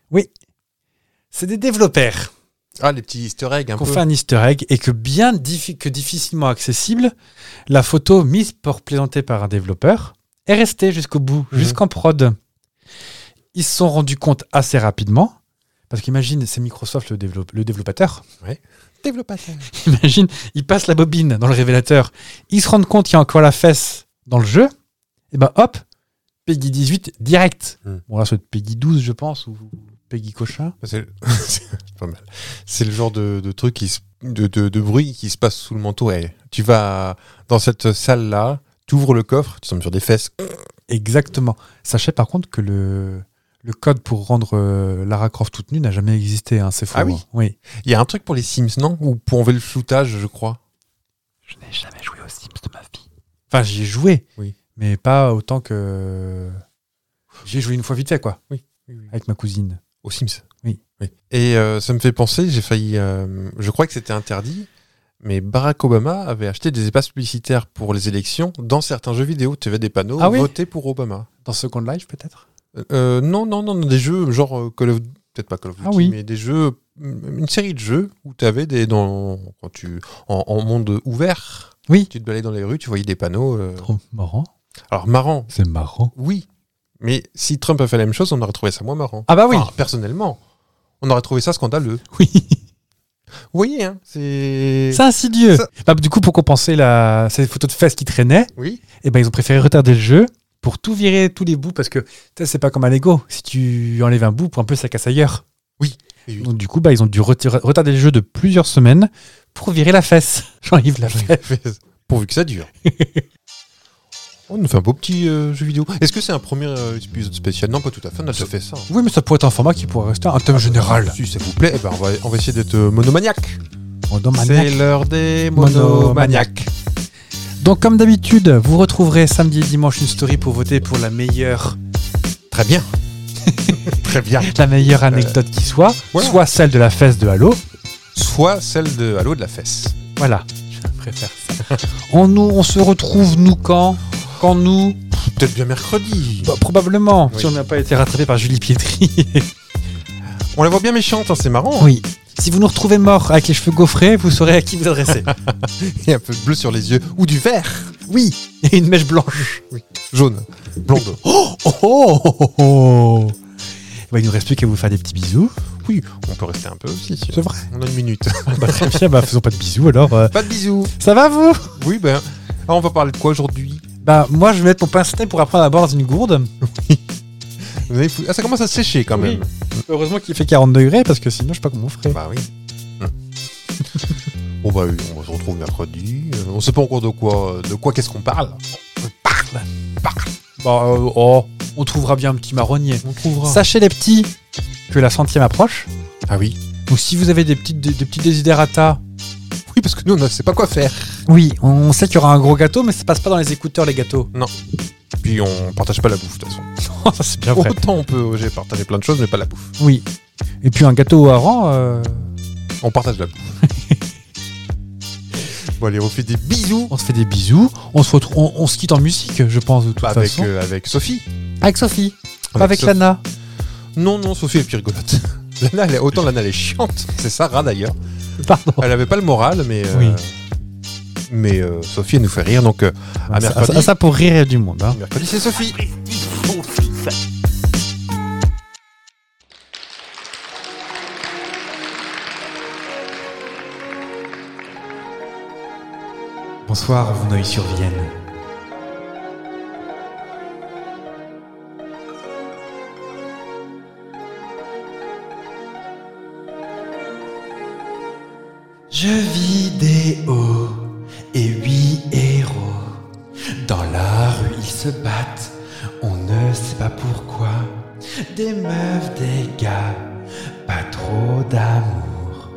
[SPEAKER 1] C'est des développeurs.
[SPEAKER 2] Ah, les petits easter eggs un
[SPEAKER 1] qu'on
[SPEAKER 2] peu.
[SPEAKER 1] fait un easter egg et que bien diffi- que difficilement accessible, la photo mise pour plaisanter par un développeur est restée jusqu'au bout,
[SPEAKER 2] Mhm.
[SPEAKER 1] jusqu'en prod. Ils se sont rendus compte assez rapidement, parce qu'imagine, c'est Microsoft le, développe- le développateur,
[SPEAKER 2] Développateur.
[SPEAKER 1] <laughs> imagine, il passe la bobine dans le révélateur, ils se rendent compte qu'il y a encore la fesse dans le jeu, et ben hop, Peggy 18 direct.
[SPEAKER 2] Mhm.
[SPEAKER 1] Bon là, c'est Peggy 12 je pense, ou Peggy Cochin.
[SPEAKER 2] Bah, C'est <laughs> c'est pas mal. C'est le genre de, de truc qui se- de, de- de bruit qui se passe sous le manteau. Eh, tu vas dans cette salle-là, tu ouvres le coffre, tu tombes sur des fesses.
[SPEAKER 1] Exactement. Sachez par contre que le, le code pour rendre euh, Lara Croft toute nue n'a jamais existé. hein, c'est faux.
[SPEAKER 2] Ah oui.
[SPEAKER 1] hein. Oui.
[SPEAKER 2] Il y a un truc pour les Sims, non Ou pour enlever le floutage, je crois.
[SPEAKER 1] Je n'ai jamais joué aux Sims de ma vie. Enfin, j'y ai joué.
[SPEAKER 2] Oui.
[SPEAKER 1] Mais pas autant que. J'y ai joué une fois vite fait, quoi.
[SPEAKER 2] Oui.
[SPEAKER 1] Avec ma cousine.
[SPEAKER 2] Aux Sims.
[SPEAKER 1] Oui.
[SPEAKER 2] Et euh, ça me fait penser, j'ai failli. euh, je crois que c'était interdit, mais Barack Obama avait acheté des espaces publicitaires pour les élections dans certains jeux vidéo. Tu avais des panneaux,
[SPEAKER 1] Ah oui
[SPEAKER 2] votez pour Obama.
[SPEAKER 1] Dans Second Life, peut-être
[SPEAKER 2] Euh, non, non, non, non, des jeux genre euh, Call of peut-être pas Call of Duty,
[SPEAKER 1] Ah oui.
[SPEAKER 2] mais des jeux, mm, une série de jeux où tu avais des dans quand tu en, en monde ouvert,
[SPEAKER 1] Oui.
[SPEAKER 2] tu te balayais dans les rues, tu voyais des panneaux. euh,
[SPEAKER 1] Trop marrant.
[SPEAKER 2] Alors marrant,
[SPEAKER 1] C'est marrant.
[SPEAKER 2] oui, mais si Trump a fait la même chose, on aurait trouvé ça moins marrant.
[SPEAKER 1] Ah bah oui.
[SPEAKER 2] Enfin, personnellement, on aurait trouvé ça scandaleux.
[SPEAKER 1] Oui.
[SPEAKER 2] Vous voyez, hein, c'est
[SPEAKER 1] C'est insidieux.
[SPEAKER 2] Ça-
[SPEAKER 1] Bah, du coup, pour compenser la... ces photos de fesses qui traînaient,
[SPEAKER 2] oui. <laughs>
[SPEAKER 1] eh ben, ils ont préféré retarder le jeu pour tout virer tous les bouts parce que tu sais, c'est pas comme un Lego. Si tu enlèves un bout, pour un peu ça casse ailleurs.
[SPEAKER 2] Oui, oui.
[SPEAKER 1] Donc du coup, bah, ils ont dû retirer- retarder le jeu de plusieurs <laughs> semaines pour virer la fesse. Jean-Yves la fesse.
[SPEAKER 2] Pourvu que ça dure. <laughs> On fait un beau petit euh, jeu vidéo. Est-ce que c'est un premier euh, épisode spécial Non, pas tout à fait, on a déjà fait ça. hein.
[SPEAKER 1] Oui, mais ça pourrait être un format qui pourrait rester un thème général.
[SPEAKER 2] Si ça vous plaît, eh ben, on, va, on va essayer d'être euh, monomaniaque.
[SPEAKER 1] Monomaniaque.
[SPEAKER 2] C'est l'heure des
[SPEAKER 1] Monomaniaques. Donc, comme d'habitude, vous retrouverez samedi et dimanche une story pour voter pour la meilleure,
[SPEAKER 2] Très bien. <laughs> Très bien.
[SPEAKER 1] la meilleure anecdote qui soit,
[SPEAKER 2] voilà.
[SPEAKER 1] soit celle de la fesse de Halo.
[SPEAKER 2] Soit celle de Halo de la fesse.
[SPEAKER 1] Voilà, je préfère ça. on, nous, on se retrouve, nous, quand Quand nous
[SPEAKER 2] Peut-être bien mercredi.
[SPEAKER 1] Bah, Probablement,
[SPEAKER 2] Oui.
[SPEAKER 1] si on n'a pas été rattrapé par Julie Pietri.
[SPEAKER 2] On la voit bien méchante, hein, c'est marrant.
[SPEAKER 1] <laughs> oui. Si vous nous retrouvez morts avec les cheveux gaufrés, vous saurez à qui vous <laughs> adressez.
[SPEAKER 2] Il y a un peu de bleu sur les yeux. Ou du vert.
[SPEAKER 1] oui, et une mèche blanche.
[SPEAKER 2] Jaune. Blonde.
[SPEAKER 1] Oh, oh, oh, oh. Bah, il nous reste plus qu'à vous faire des petits bisous.
[SPEAKER 2] oui, on peut rester un peu aussi. si-
[SPEAKER 1] C'est vrai.
[SPEAKER 2] On a une minute.
[SPEAKER 1] <laughs>
[SPEAKER 2] <laughs>
[SPEAKER 1] Bah, très bien, bah, faisons pas de bisous alors. euh.
[SPEAKER 2] Pas de bisous.
[SPEAKER 1] Ça va vous
[SPEAKER 2] Oui, ben. alors on va parler de quoi aujourd'hui
[SPEAKER 1] Bah moi je vais mettre mon pince-nez pour apprendre à boire dans une gourde.
[SPEAKER 2] Vous avez fou- Ah, ça commence à sécher quand
[SPEAKER 1] Oui.
[SPEAKER 2] même.
[SPEAKER 1] Heureusement qu'il fait 40 degrés parce que sinon je sais pas comment on ferait.
[SPEAKER 2] Bah oui. Hum. <laughs> Bon bah oui, on se retrouve mercredi. Euh, On sait pas encore de quoi, de quoi qu'est-ce qu'on parle.
[SPEAKER 1] Bah euh, oh, on trouvera bien un petit marronnier.
[SPEAKER 2] On trouvera.
[SPEAKER 1] Sachez les petits que la centième approche.
[SPEAKER 2] Ah oui.
[SPEAKER 1] Donc si vous avez des petites des, des petits désiderata,
[SPEAKER 2] Oui, parce que nous, on ne sait pas quoi faire.
[SPEAKER 1] oui, on sait qu'il y aura un gros gâteau, mais ça passe pas dans les écouteurs les
[SPEAKER 2] <laughs>
[SPEAKER 1] gâteaux.
[SPEAKER 2] Puis on partage pas la bouffe de toute façon.
[SPEAKER 1] ça c'est bien vrai.
[SPEAKER 2] Autant on peut, j'ai partagé plein de choses, mais pas la bouffe.
[SPEAKER 1] Oui. Et puis un gâteau au hareng. euh,
[SPEAKER 2] On partage
[SPEAKER 1] <laughs>
[SPEAKER 2] la bouffe. bon, allez, on fait des bisous
[SPEAKER 1] On se fait des bisous. On se retrouve, on, on se quitte en musique, je pense de toute
[SPEAKER 2] Bah, avec,
[SPEAKER 1] façon.
[SPEAKER 2] euh, avec Sophie.
[SPEAKER 1] Avec Sophie, pas avec
[SPEAKER 2] Sophie.
[SPEAKER 1] Lana.
[SPEAKER 2] Non, non, Sophie est plus rigolote. <laughs> Lana, elle est- autant Lana, elle est chiante. C'est Sarah d'ailleurs.
[SPEAKER 1] Pardon.
[SPEAKER 2] Elle avait pas le moral, mais. euh,
[SPEAKER 1] Oh. Oui.
[SPEAKER 2] Mais euh, Sophie, elle nous fait rire, donc euh, à
[SPEAKER 1] Ah, Ça-
[SPEAKER 2] mercredi.
[SPEAKER 1] ça, ça pour rire il y a du monde. Hein.
[SPEAKER 2] mercredi, c'est Sophie.
[SPEAKER 9] Son fils.
[SPEAKER 1] Bonsoir, vous œil sur Vienne.
[SPEAKER 6] Jeux vidéo et huit héros. Dans la rue, ils se battent, on ne sait pas pourquoi. Des meufs, des gars, pas trop d'amour.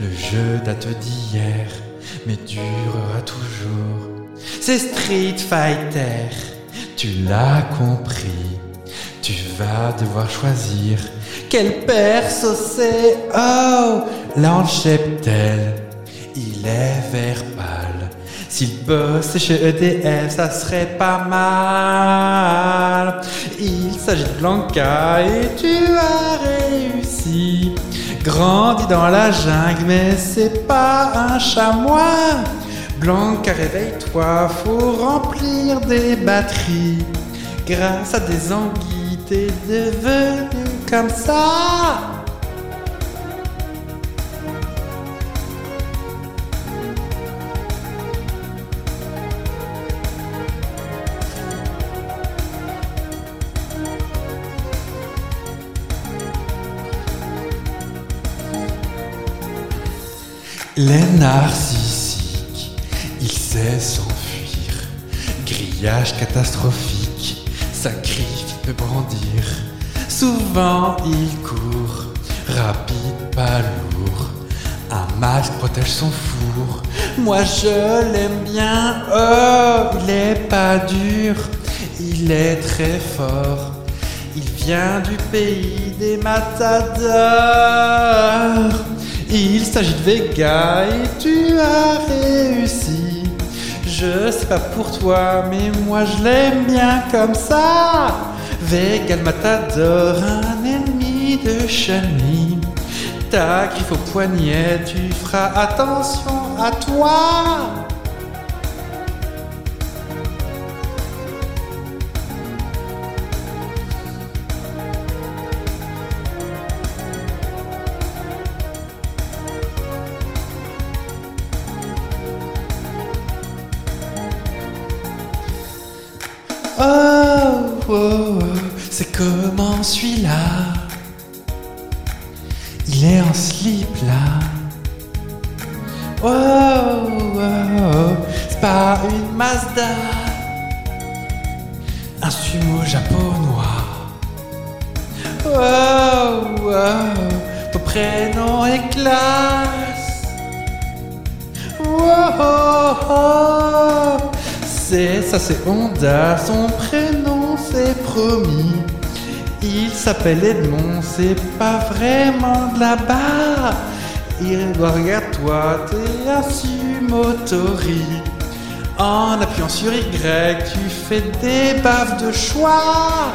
[SPEAKER 6] Le jeu date d'hier, mais durera toujours. C'est Street Fighter, tu l'as compris. Tu vas devoir choisir quel perso c'est. Oh, l'encheptel, il est vert pâle. S'il bossait chez EDF, ça serait pas mal. Il s'agit de Blanca et tu as réussi. Grandi dans la jungle, mais c'est pas un chamois. Blanca, réveille-toi, faut remplir des batteries. Grâce à des anguilles, t'es devenu comme ça. Les narcissiques, ils sait s'enfuir. Grillage catastrophique, sacrifice peut brandir. Souvent il court, rapide pas lourd. Un masque protège son four. Moi je l'aime bien, oh, il est pas dur, il est très fort. Il vient du pays des matadors. Il s'agit de Vega et tu as réussi. Je sais pas pour toi, mais moi je l'aime bien comme ça. Vega le matador, un ennemi de chenille. Ta griffe au poignet, tu feras attention à toi. Oh, oh, oh, c'est comment celui-là Il est en slip là. Oh, oh, oh, c'est pas une Mazda. sumo japonois. Wow, wow, oh, ton prénom est classe. Wow, c'est ça, c'est Honda, son prénom c'est promis. Il s'appelle Edmond, c'est pas vraiment de là-bas. Il doit regarder toi, t'es un sumotori. En appuyant sur Y, tu fais des baves de choix.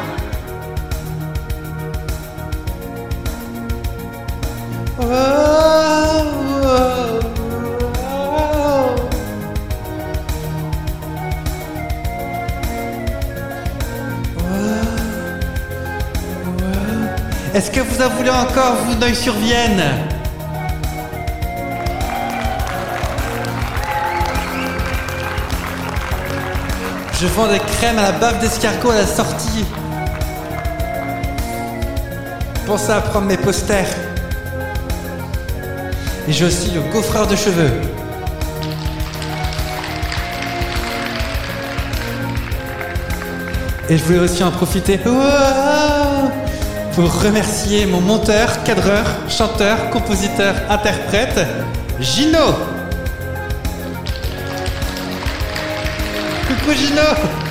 [SPEAKER 6] Oh, oh, oh. Oh, oh. Est-ce que vous en voulez encore, vous d'œil sur Vienne Je vends des crèmes à la bave d'escargot à la sortie. Pensez à prendre mes posters. Et j'ai aussi le gaufreur de cheveux. Et je voulais aussi en profiter Ouah pour remercier mon monteur, cadreur, chanteur, compositeur, interprète, Gino. Coucou Gino